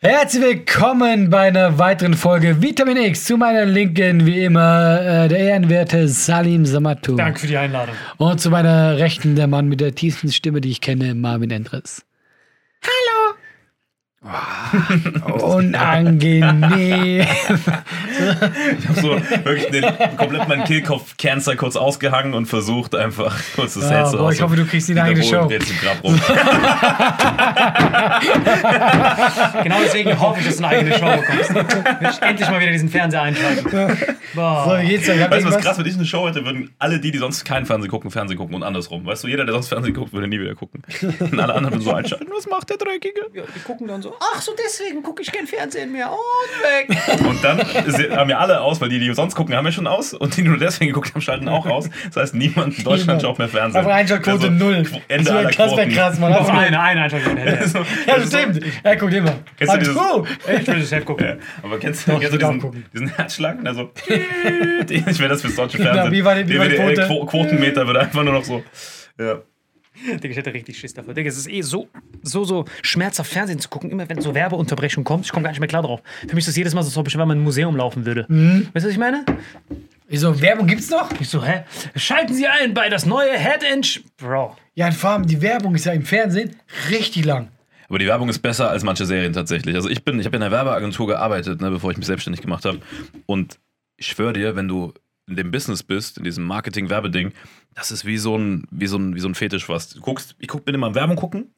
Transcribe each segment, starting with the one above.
Herzlich willkommen bei einer weiteren Folge Vitamin X. Zu meiner Linken, wie immer, äh, der ehrenwerte Salim Samatu. Danke für die Einladung. Und zu meiner Rechten, der Mann mit der tiefsten Stimme, die ich kenne, Marvin Endres. Hallo! Oh, unangenehm. Ich habe so wirklich komplett meinen Kehlkopf-Cancer kurz ausgehangen und versucht einfach kurz das Herz so boah, ich aus- hoffe, du kriegst nicht eine eigene Show. Genau deswegen hoffe ich, dass du eine eigene Show bekommst. Wenn ich endlich mal wieder diesen Fernseher einschalten. so Boah. geht's euch. Habt Oh. Weißt du, ihr was was? krass, wenn ich eine Show hätte, würden alle die, die sonst keinen Fernsehen gucken, Fernsehen gucken und andersrum. Weißt du, jeder, der sonst Fernsehen guckt, würde nie wieder gucken. Und alle anderen würden so einschalten. Was macht der Dreckige? Die gucken dann so, ach so, deswegen gucke ich kein Fernsehen mehr. Und weg. Und dann se- haben ja alle aus, weil die, die sonst gucken, haben ja schon aus. Und die, die nur deswegen geguckt haben, schalten auch aus. Das heißt, niemand in Deutschland Niemand. schaut mehr Fernsehen. Einfach Einschaltquote Also, null. Qu- Das Ende wäre aller krass, wär Quoten. krass, Mann. Auf eine, eine einschalten. So, Ja, das ist so- stimmt. Er guckt immer. Kennst du dieses- Hallo. Ich will das Chef Ja. gucken. Aber kennst Doch, du ich kennst du will auch diesen, gucken. diesen Herzschlag? Der so. ich wäre das fürs deutsche Genau, Fernsehen. wie war die- wie war die WDR Quote? Quo- Quotenmeter würde einfach nur noch so. Ja. Digga, ich hätte richtig Schiss davor. Digga, es ist eh so, so, so schmerzhaft, Fernsehen zu gucken, immer wenn so Werbeunterbrechung kommt. Ich komme gar nicht mehr klar drauf. Für mich ist das jedes Mal so, als ob ich in einem Museum laufen würde. Weißt du, was ich meine? Wieso, Werbung gibt's noch? Ich so, hä? Schalten Sie ein bei das neue Head Inch. Bro. Ja, und vor allem, die Werbung ist ja im Fernsehen richtig lang. Aber die Werbung ist besser als manche Serien tatsächlich. Also ich bin, ich habe in einer Werbeagentur gearbeitet, ne, bevor ich mich selbstständig gemacht habe. Und ich schwöre dir, wenn du in dem Business bist, in diesem Marketing-Werbeding, das ist wie so ein, wie so ein, wie so ein Fetisch was. Du guckst, ich guck, bin immer am Werbung gucken.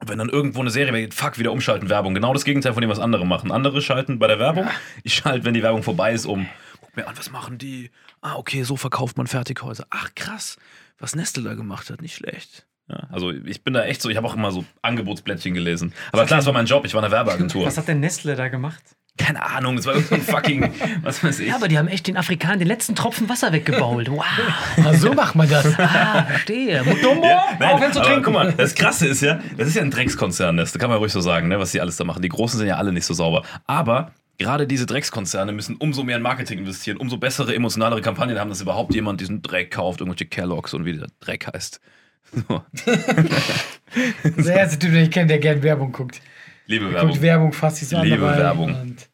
Und wenn dann irgendwo eine Serie weggeht, fuck, wieder umschalten Werbung. Genau das Gegenteil von dem, was andere machen. Andere schalten bei der Werbung. Ich schalte, wenn die Werbung vorbei ist, um. Guck mir an, was machen die? Ah, okay, so verkauft man Fertighäuser. Ach, krass, was Nestle da gemacht hat, nicht schlecht. Ja, also ich bin da echt so, ich habe auch immer so Angebotsblättchen gelesen. Aber klar, es war mein Job, ich war in der Werbeagentur. Was hat der Nestle da gemacht? Keine Ahnung, es war irgendwie ein fucking, was weiß ich. Ja, aber die haben echt den Afrikanern den letzten Tropfen Wasser weggebaut. Wow. Ah, so macht man das. Ah, verstehe. Dumbo, Nein, aufhören zu aber trinken. Guck mal, das Krasse ist ja, das ist ja ein Dreckskonzern, das kann man ruhig so sagen, ne, was die alles da machen. Die Großen sind ja alle nicht so sauber. Aber gerade diese Dreckskonzerne müssen umso mehr in Marketing investieren, umso bessere, emotionalere Kampagnen haben, dass überhaupt jemand diesen Dreck kauft, irgendwelche Kellogg's und wie der Dreck heißt. So, Der erste Typ, den ich kenne, der gerne Werbung guckt. liebe Werbung. Werbung. Guckt Werbung fast die Liebe Werbung. Und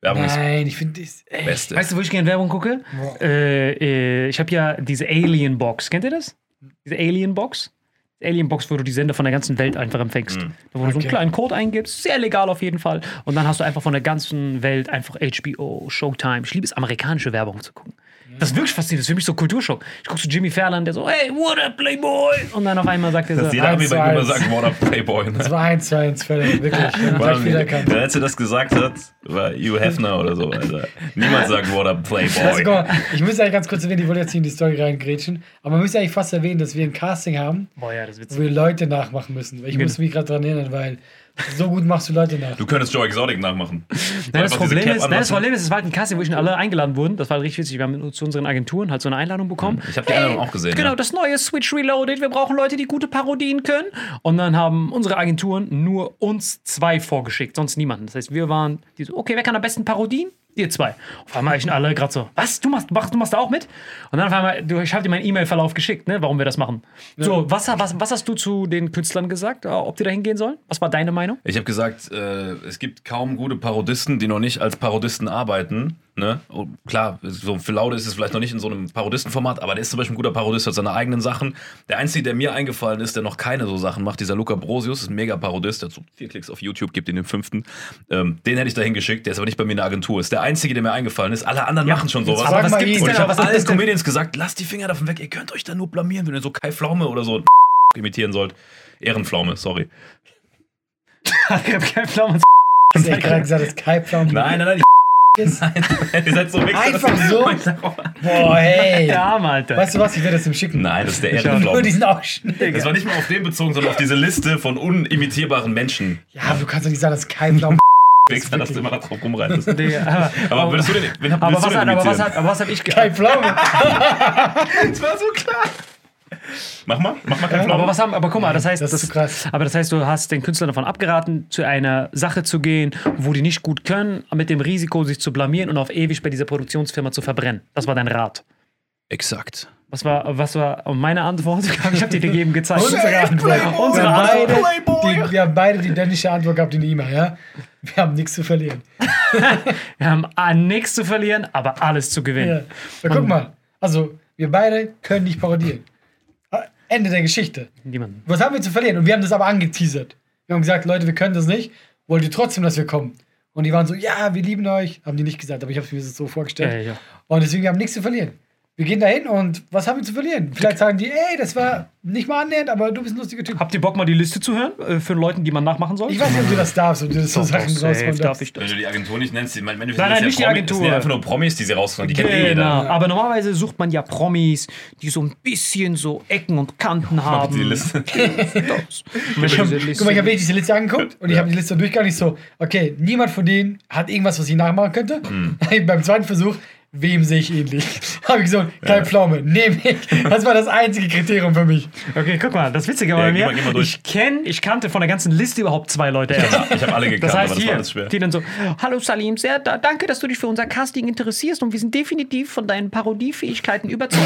Werbung ist nein, ich finde das. das ey, Beste. Weißt du, wo ich gerne Werbung gucke? Äh, äh, ich habe ja diese Alien Box. Kennt ihr das? Diese Alien Box? Die Alien Box, wo du die Sender von der ganzen Welt einfach empfängst. Da, wo du so einen kleinen Code eingibst, sehr legal auf jeden Fall. Und dann hast du einfach von der ganzen Welt einfach HBO, Showtime. Ich liebe es, amerikanische Werbung zu gucken. Das ist wirklich faszinierend. Das ist für mich so Kulturschock. Ich gucke zu Jimmy Fallon, der so, hey, what up, Playboy? Und dann auf einmal sagt er so, dass jeder eins Abi zu bei mir eins. sagt, what up, Playboy. Ne? Das war eins, zwei, eins, völlig, wirklich. Ja, hab ich wiedererkannt. Der letzte, das gesagt hat, war Hugh Hefner oder so, Alter. Niemand sagt What up, Also, guck Playboy. mal, ich müsste eigentlich ganz kurz erwähnen, ich wollte jetzt nicht in die Story reingrätschen, aber man müsste eigentlich fast erwähnen, dass wir ein Casting haben, boah, ja, das ist wo witzig. wir Leute nachmachen müssen. Weil ich Genau. muss mich gerade dran erinnern, weil so gut machst du Leute nach. Du könntest Joe Exotic nachmachen. Nein, das Einfach diese Problem, Cap ist, nein, das anlassen. Problem ist, es war halt ein Casting, wo ich schon alle eingeladen wurden. Das war halt richtig witzig. Wir haben zu unseren Agenturen halt so eine Einladung bekommen. Mhm. Ich hab die Einladung auch gesehen, Genau, ja. das neue Switch Reloaded. Wir brauchen Leute, die gute Parodien können. Und dann haben unsere Agenturen nur uns zwei vorgeschickt, sonst niemanden. Das heißt, wir waren die so, okay, wer kann am besten Parodien? Ihr zwei. Auf einmal ich alle gerade so, was? Du machst, machst, du machst da auch mit? Und dann auf einmal, du, ich habe dir meinen E-Mail-Verlauf geschickt, ne, warum wir das machen. So, was, was, was hast du zu den Künstlern gesagt, äh, ob die da hingehen sollen? Was war deine Meinung? Ich habe gesagt, äh, es gibt kaum gute Parodisten, die noch nicht als Parodisten arbeiten. Ne? Oh, klar, so für Laude ist es vielleicht noch nicht in so einem Parodistenformat, aber der ist zum Beispiel ein guter Parodist, hat seine eigenen Sachen. Der einzige, der mir eingefallen ist, der noch keine so Sachen macht, dieser Luca Brosius, ist ein mega Parodist, der hat so vier Klicks auf YouTube, gibt ihm den fünften. Ähm, den hätte ich dahin geschickt, der ist aber nicht bei mir in der Agentur. Ist der einzige, der mir eingefallen ist. Alle anderen machen schon sowas. Aber sag was mal gibt's ihn. Und denn? ich aber habe Was allen ist denn? Comedians gesagt, lasst die Finger davon weg, ihr könnt euch da nur blamieren, wenn ihr so Kai Pflaume oder so imitieren sollt. Ehrenpflaume, sorry. Ich hab keinen Plan, was Du hast echt gerade gesagt, das Kalbflaum Nein, nein, nein, ist. Ihr seid so Wichser. Einfach so. Boah, hey. Ja, Alter. Weißt du was, ich werde das ihm schicken. Nein, das ist der Nur Ehrenflop. diesen Ausschnitt. Das war nicht mal auf den bezogen, sondern auf diese Liste von uniminierbaren Menschen. Ja, aber du kannst doch nicht sagen, das Kalbflaum Wichser, dass du immer darauf rumreitest. Digga, aber, Aber würdest du den, wen, aber, willst was du hat, denn aber was imitieren? hat, aber was hab ich ge- Kalbflaum. Das war so klar. Mach mal, mach mal keinen aber Flaum. was haben, aber guck mal, das heißt, das ist zu krass. aber das heißt, du hast den Künstlern davon abgeraten, zu einer Sache zu gehen, wo die nicht gut können, mit dem Risiko, sich zu blamieren und auf ewig bei dieser Produktionsfirma zu verbrennen. Das war dein Rat. Exakt. Was war, was war meine Antwort? Ich habe dir die gegeben gezeigt. Unsere Antwort. Unsere wir, haben Antwort. beide, die, wir haben beide die dänische Antwort gehabt in die E-Mail, ja? Wir haben nichts zu verlieren. Wir haben ah, nichts zu verlieren, aber alles zu Ja. gewinnen. Na, guck mal. Also, wir beide können dich parodieren. Ah, Ende der Geschichte. Niemanden. Was haben wir zu verlieren? Und wir haben das aber angeteasert. Wir haben gesagt, Leute, wir können das nicht. Wollt ihr trotzdem, dass wir kommen? Und die waren so, ja, wir lieben euch. Haben die nicht gesagt, aber ich habe mir das so vorgestellt. Ja, ja, ja. Und deswegen, wir haben nichts zu verlieren. Wir gehen dahin und was haben wir zu verlieren? Vielleicht sagen die, ey, das war nicht mal annähernd, aber du bist ein lustiger Typ. Habt ihr Bock, mal die Liste zu hören? äh, Für Leuten, die man nachmachen soll? Ich weiß nicht, ob du das darfst, ob du das so Sachen Safe, rausholen darf darfst. ich das? Wenn du die Agentur nicht nennst, die, mein, mein, Nein, nein, nicht die Agentur. sind ja einfach nur Promis, die sie rausholen. Die kennt eh Genau. jeder. Aber normalerweise sucht man ja Promis, die so ein bisschen so Ecken und Kanten Mach bitte haben. Die Liste. Guck mal, diese Guck mal, ich Liste. habe wirklich diese Liste angeguckt und ich habe die Liste durchgegangen. Ich so, okay, niemand von denen hat irgendwas, was ich nachmachen könnte. Beim zweiten Versuch, wem sehe ich ähnlich? habe ich gesagt, kein Pflaume, nehme ich. Das war das einzige Kriterium für mich. Okay, guck mal, das Witzige Ja, war bei geh mir, mal- geh mal durch. ich kenne, ich kannte von der ganzen Liste überhaupt zwei Leute erst. Ich habe alle gekannt, Das heißt aber das war hier, alles schwer. die dann so, hallo Salim, sehr da, danke, dass du dich für unser Casting interessierst und wir sind definitiv von deinen Parodiefähigkeiten überzeugt.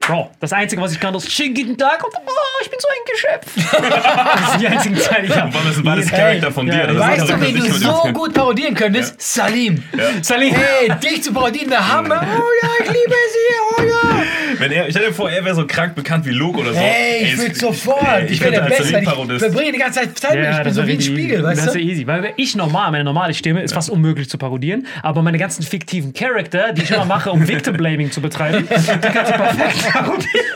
Bro, das Einzige, was ich kann, ist, schönen guten Tag und oh, ich bin so ein Geschöpf. das sind die einzigen zwei, die ich Und habe. Warum ist ein beides Hey, Charakter von dir? ja, Das weißt andere du, wen können du sich mit so dem- gut parodieren könntest? Salim. Salim. Hey, dich zu parodieren, der Hammer. Oh ja, ich liebe sie, oh ja. Wenn er, ich hätte vor, er wäre so krank bekannt wie Luke oder so. Hey, ich es- will sofort. ey, ich wäre der könnte als Beste. weil Ich Salim-Parodist. verbringe die ganze Zeit Zeit mit. ich bin das so war wie ein die- Spiegel, das weißt ist du? ja easy. Weil wenn ich normal, meine normale Stimme ist fast unmöglich zu parodieren, aber meine ganzen fiktiven Charakter, die ich immer mache, um Victim Blaming zu betreiben, die kann ich perfekt parodieren.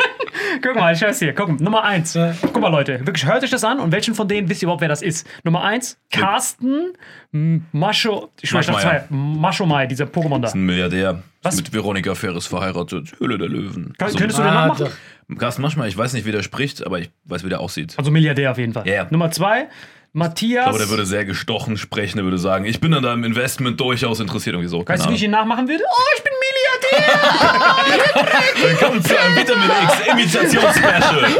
Guck mal, ich scheiß hier. Guck, Nummer eins. Guck mal, Leute, wirklich hört euch das an und welchen von denen wisst ihr überhaupt, wer das ist? Nummer eins, Carsten M- Mascho. Ich schwör, ich dachte zwei. Maschmeyer. Mascho Mai, dieser Pokémon da. Ein Milliardär. Was? Was? Mit Veronika Ferris verheiratet. Höhle der Löwen. Also, Kannst- Könntest du den Ah, nachmachen? doch. Carsten, manchmal, ich weiß nicht, wie der spricht, aber ich weiß, wie der aussieht. Also Milliardär auf jeden Fall. Ja, ja. Nummer zwei, Matthias. Aber der würde sehr gestochen sprechen, der würde sagen, ich bin an deinem Investment durchaus interessiert. Irgendwie so, keine weißt du, wie ich Ahnung. ihn nachmachen würde? Oh, ich bin Milliardär! Willkommen zu einem Vitamin X Imitations-Special.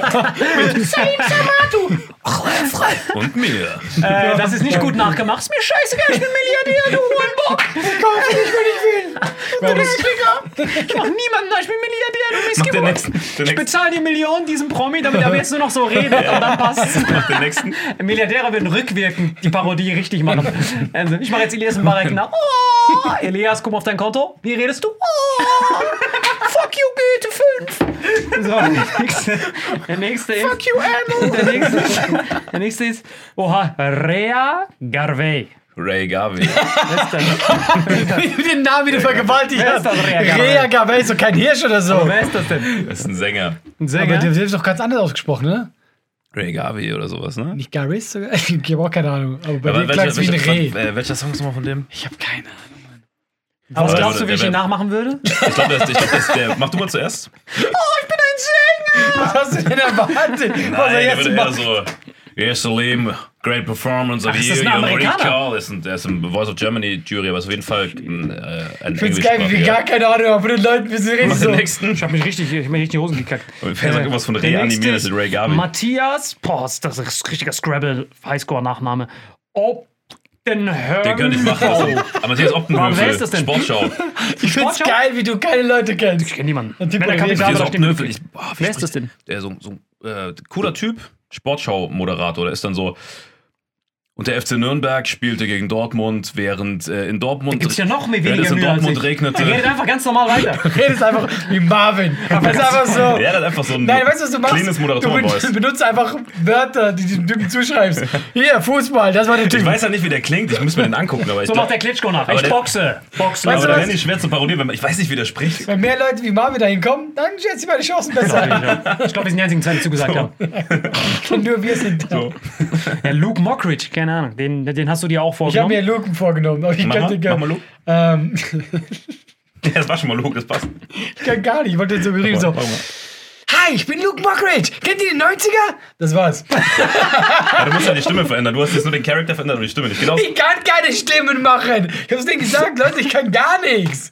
Und mir. äh, das ist nicht gut nachgemacht. Ist mir scheißegal, ich bin Milliardär, du Hurenbock! Kauf nicht, wenn ich will. Du Dreckliger! Ich mach niemanden, ich bin Milliardär, du Mach den Missgeburt! nächsten. Den Ich nächsten. bezahle die Millionen diesem Promi, damit er jetzt nur noch so redet und dann passt. Den nächsten. Milliardäre würden rückwirkend die Parodie richtig machen. Also, ich mache jetzt Elias Mbarek nach. Oh, Elias, guck mal auf dein Konto. Wie redest du? Oh, fuck you, Goethe 5. So, der nächste, der nächste ist. Fuck you, Anno. Der nächste, der nächste ist. Oha, Rea Garvey. Ray Garvey. Wer ist das? Wie du den Namen wieder vergewaltigt Wer ist hast. das, Rea Gabel? Rea Gabel ist doch kein Hirsch oder so. Wer ist das denn? Das ist ein Sänger. Ein Aber Sänger? der wird doch ganz anders ausgesprochen, ne? Ray Garvey oder sowas, ne? Nicht Garis sogar? Ich habe auch keine Ahnung. Aber bei dir Aber klang es wie ein Reh. äh, welcher Song ist nochmal von dem? Ich habe keine Ahnung. Was Oder- glaubst du, wie oder ich wer- ihn nachmachen würde? Ich glaube, das, ich glaub, das der. Mach du mal zuerst. Was hast du denn erwartet? Was er der jetzt würde eher macht? so. Yes, Salim, great performance of Ach, ist you, das ein young Amerikaner? recall. Das Ist ein, der ist im Voice of Germany Jury, aber ist auf jeden Fall ein, äh, ein Ich find's geil, wie wir gar keine Ahnung haben von den Leuten. Wir sind richtig Mach so. den nächsten. Ich hab mich richtig, ich hab mich richtig in die Hosen gekackt. Äh, Aber Wer sagt irgendwas von reanimieren? Das ist Ray Garvey. Matthias, boah, ist das ein richtiger Scrabble-Highscore-Nachname. Ob den Herrn. Den könnte ich machen. Aber Matthias Optenhöfel. Wer ist das denn? Sportschau. Ich find's Sportschau? geil, wie du keine Leute kennst. Ich kenne niemanden. Typ Wenn der moderiert. Kapital Matthias da Optenhöfel. steht. Ich, boah, wie Wer spricht ist das denn? Der so, so äh, cooler Typ, Sportschau-Moderator, der ist dann so. Und der FC Nürnberg spielte gegen Dortmund, während äh, in Dortmund. Gibt's ja noch mehr während weniger es in Mühe als Dortmund ich. Er redet regnete. einfach ganz normal weiter. Du redest einfach wie Marvin. Aber es ist einfach so. Ja, das ist einfach so ein Nein, weißt du, was du machst? cleanes Du ben- Moderatoren-Voice. benutzt einfach Wörter, die du dem Typen zuschreibst. Hier, Fußball, das war der Typ. Ich weiß ja nicht, wie der klingt, ich muss mir den angucken, aber ich So glaube, macht der Klitschko nach. Aber Ich der- boxe. Weißt Boxen. aber du der was? Handy ist schwer zu parodieren, wenn man, ich weiß nicht, wie der spricht. Wenn mehr Leute wie Marvin dahin kommen, dann schätzt sie meine Chancen besser. Ich glaube, wir sind die einzigen zwei, die zugesagt haben. Und nur wir sind da. Ja, Luke Mockridge, keine Ahnung. Den, den hast du dir auch Ich habe vorgenommen. mir Luken vorgenommen, aber ich Mach kann mal, den gar, mach mal Luke. ähm, Ja, das war schon mal Luke, das passt. ich kann gar nicht. Ich wollte den so berühren. So. Warte mal. Hi, ich bin Luke Mockridge. Kennt ihr den 90er? Das war's. Ja, du musst ja die Stimme verändern. Du hast jetzt nur den Charakter verändert und die Stimme nicht. Genau. Ich kann keine Stimmen machen. Ich hab's denen gesagt, Leute, ich kann gar nichts.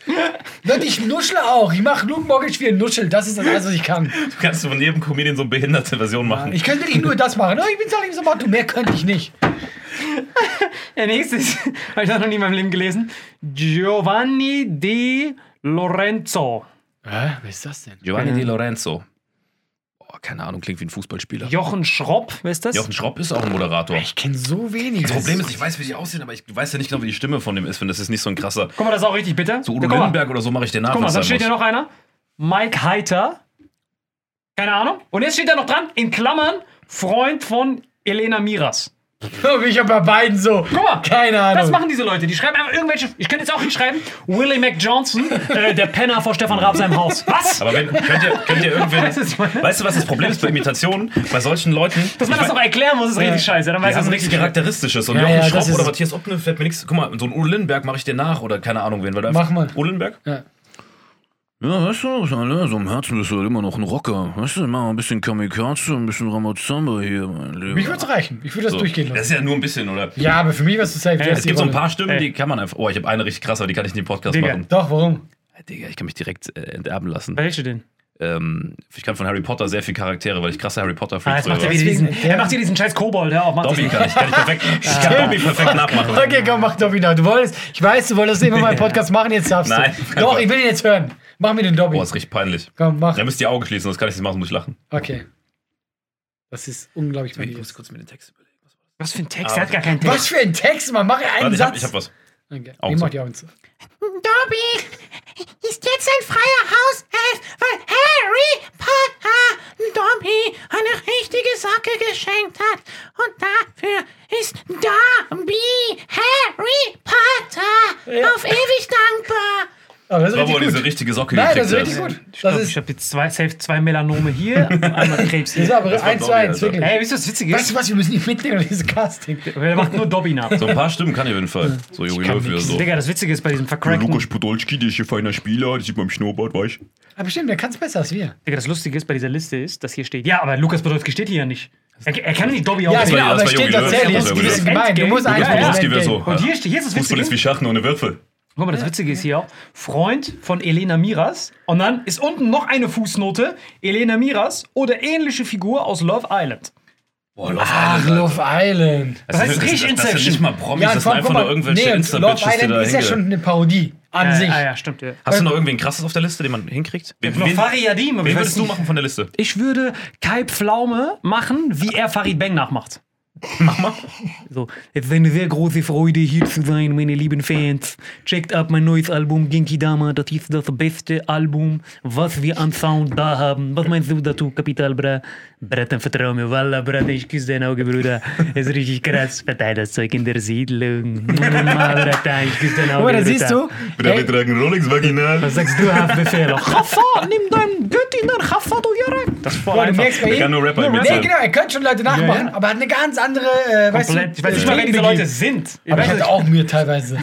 Leute, ich nuschle auch. Ich mache Luke Mockridge wie ein Nuschel. Das ist das, alles, was ich kann. Du kannst von jedem Comedian so eine behinderte Version machen. Ah, Ich könnte nicht nur das machen. Oh, ich bin Salim Samatu. Mehr könnte ich nicht. Der nächste ist, habe ich das noch nie in meinem Leben gelesen. Giovanni Di Lorenzo. Hä? Wer ist das denn? Giovanni Di Lorenzo. Boah, keine Ahnung, klingt wie ein Fußballspieler. Jochen Schropp, wer ist das? Jochen Schropp ist auch ein Moderator. Ich kenne so wenig. Das Problem ist, ich weiß, wie die aussehen, aber ich weiß ja nicht genau, wie die Stimme von dem ist, wenn das ist nicht so ein krasser. Guck mal, das ist auch richtig bitter. So Udo Ja, guck mal. Lindenberg oder so mache ich den Namen. Guck mal, was dann sein steht hier muss. noch einer. Mike Heiter. Keine Ahnung. Und jetzt steht da noch dran, in Klammern, Freund von Elena Miras. ich hab bei beiden so. Guck mal. Keine Ahnung. Das machen diese Leute. Die schreiben einfach irgendwelche. Ich könnte jetzt auch hinschreiben: Willie Mac Johnson, äh, der Penner vor Stefan Raab seinem Haus. Was? Aber wenn, könnt ihr, könnt ihr irgendwen. Weißt du, was ich meine? weißt du, was das Problem ist bei Imitationen? Bei solchen Leuten. Dass man das noch erklären muss, ist richtig scheiße. Dann Die weiß ich haben es nichts richtig. Charakteristisches. Und Ja, Jochen ja, das Schropp ist- oder Matthias Opne fällt mir nichts. Guck mal, so einen Udo Lindenberg mache ich dir nach oder keine Ahnung wen. Weil du Mach einfach- mal. Udo Lindenberg? Ja. Ja, weißt du, so im Herzen bist du halt immer noch ein Rocker. Weißt du, mal ein bisschen Kamikaze, ein bisschen Ramazamba hier, mein Lieber. Mich würde reichen. Ich würde das So. durchgehen lassen. Das ist ja nur ein bisschen, oder? Ja, aber für mich wärst du safe. Du hast Es die gibt so ein Rolle. paar Stimmen, Ey. die kann man einfach. Oh, ich habe eine richtig krass, aber die kann ich nicht im Podcast Digga. machen. Doch, warum? Digga, ich kann mich direkt äh, enterben lassen. Welche denn? Ähm, ich kann von Harry Potter sehr viel Charaktere, weil ich krasser Harry Potter Ah, Freak jetzt macht er war. wieder diesen, Deswegen- er macht hier diesen scheiß Kobold, hör auf, macht das Dobby nicht. kann ich, kann ich perfekt, ich kann Dobby perfekt nachmachen. Okay, komm, mach Dobby nach. Du wolltest, ich weiß, du wolltest immer meinen Podcast machen, jetzt darfst du. Nein. also- Doch, ich will ihn jetzt hören. Mach mir den Dobby. Boah, ist richtig peinlich. Komm, mach. Ihr müsst die Augen schließen, sonst kann ich nicht machen, muss ich lachen. Okay. Das ist unglaublich bei dir. kurz mir den Text überlegen. Was für ein Text, der hat gar keinen Text. Was für ein Text, man. Mach einen Warte, ich hab, Satz. ich hab was. okay. Augen Ich mach zu. die Augen zu. Dobby ist jetzt ein freier Hauself, weil Harry Potter Dobby eine richtige Socke geschenkt hat. Und dafür ist Dobby Harry Potter auf E- ewig dankbar. Aber das ist Bravo, richtig diese gut. richtige Socke Nein, das gekriegt ist richtig hast. gut. Das Das ich ist, habe jetzt zwei, safe zwei Melanome hier und einmal Krebs das ist hier. aber Das war 1 zu Dobby, 1, Alter. wirklich. Ey, wisst ihr, was witzig Weißt ist? du was, wir müssen nicht mitnehmen an dieses Casting. Der macht nur Dobby nach. So ein paar Stimmen kann ich auf jeden Fall. So Jogi Löw oder so. Digga, das Witzige ist bei diesem vercrackten. Podolski, der ist hier feiner Spieler, das sieht man im Schnurrbart, weißt du? Aber stimmt, der kann es besser als wir. Digga, das Lustige ist bei dieser Liste ist, dass hier steht. Ja, aber Lukas Podolski steht hier ja nicht. Er, er kann nicht Dobby auch Ja, nicht. war- genau, das aber war steht Jogi Löw. tatsächlich, Das es war ist Jogi gemein. Du Löw. musst Ja, eins ja, Das das gehen wir so. Und hier, steht- hier ist das Fußball Witzige. ist wie Schachen ohne Würfel. Guck mal, das Witzige ist hier auch, Freund von Elena Miras. Und dann ist unten noch eine Fußnote, Elena Miras oder ähnliche Figur aus Love Island. Boah, Love Ach, Love Island. Das heißt richtig Das sind Inception. nicht mal Promis, Ja, und das vor sind allem, einfach guck nur mal, irgendwelche nee, Love Insta-Bitches, die da Island ist ja schon äh, hingehen. eine Parodie an Ah, sich. ah, ja, stimmt. Ja. Hast du noch irgendwen krasses auf der Liste, den man hinkriegt? Wen, Noch wen, Fariadim, aber wen ich würdest weiß du nicht. machen von der Liste? Ich würde Kai Pflaume machen, wie er Farid Bang nachmacht. Mach mal. So, es ist eine sehr große Freude, hier zu sein, meine lieben Fans. Checkt ab mein neues Album, Genki Dama. Das ist das beste Album, was wir an Sound da haben. Was meinst du dazu, Kapital, Bra? Bretten, vertrau mir, Walla, Bretten, ich küsse dein Auge, Bruder. Es ist richtig krass, verteil das Zeug in der Siedlung. Bretten, ich küsse dein Auge, Guck mal, da Bruder. siehst du, Wir tragen Rolex Vaginal. Was sagst du, Haftbefehl? Haffa, nimm dein Gött in dein Haffa, du Jarek. Das ist voll Boah, du merkst bei Der kann ihm. nur Rapper Nee, imitieren. genau, er könnte schon Leute nachmachen, aber hat eine ganz andere, äh, weißt du, Komplett. Ich weiß nicht mal, wer diese Strategie. Leute sind. Aber ich hatte auch Mühe teilweise.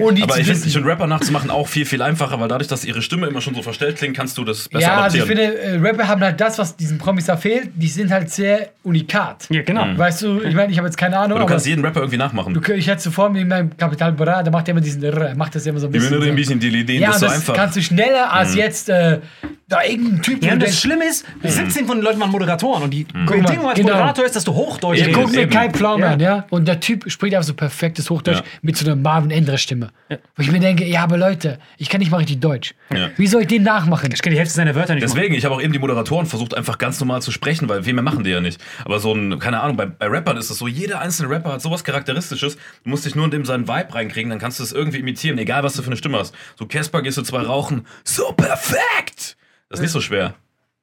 Ohne die Aber zu ich finde, wissen. ich find, Rapper nachzumachen auch viel, viel einfacher, weil dadurch, dass ihre Stimme immer schon so verstellt klingt, kannst du das besser Ja, also ich adaptieren. finde, äh, Rapper haben halt das, was diesen Promis da fehlt. Die sind halt sehr unikat. Ja, genau. Weißt du, ich meine, ich habe jetzt keine Ahnung, aber du aber kannst jeden Rapper irgendwie nachmachen. du, ich hatte zuvor mit meinem Kapital Bra, da macht er immer diesen R, er macht das immer so ein Die bisschen. würden so. ein bisschen die Ideen, ja, das das, ist so einfach. Mhm. kannst du schneller als jetzt äh, da irgendein Typ, Ja, wo du und das Mhm. denkst, Schlimme ist, 17 von den Leuten waren Moderatoren und die Bedingung als Genau. Moderator ist, dass du Hochdeutsch Eben, guck redest. mir eben. Kai Pflaume an, ja? Und der Typ spricht einfach so perfektes Hochdeutsch Ja. mit so einer Marvin Endres Stimme. Wo ich mir denke, ja, aber Leute, ich kann nicht mal richtig Deutsch. Ja. Wie soll ich den nachmachen? Ich kenne die Hälfte seiner Wörter nicht. Deswegen, ich habe auch eben die Moderatoren versucht, einfach ganz normal zu sprechen, weil viel mehr machen die ja nicht. Aber so ein, keine Ahnung, bei, bei Rappern ist es so, jeder einzelne Rapper hat sowas Charakteristisches. Du musst dich nur in dem seinen Vibe reinkriegen, dann kannst du es irgendwie imitieren, egal was du für eine Stimme hast. So Casper gehst du zwei rauchen, so perfekt! Das ist nicht so schwer.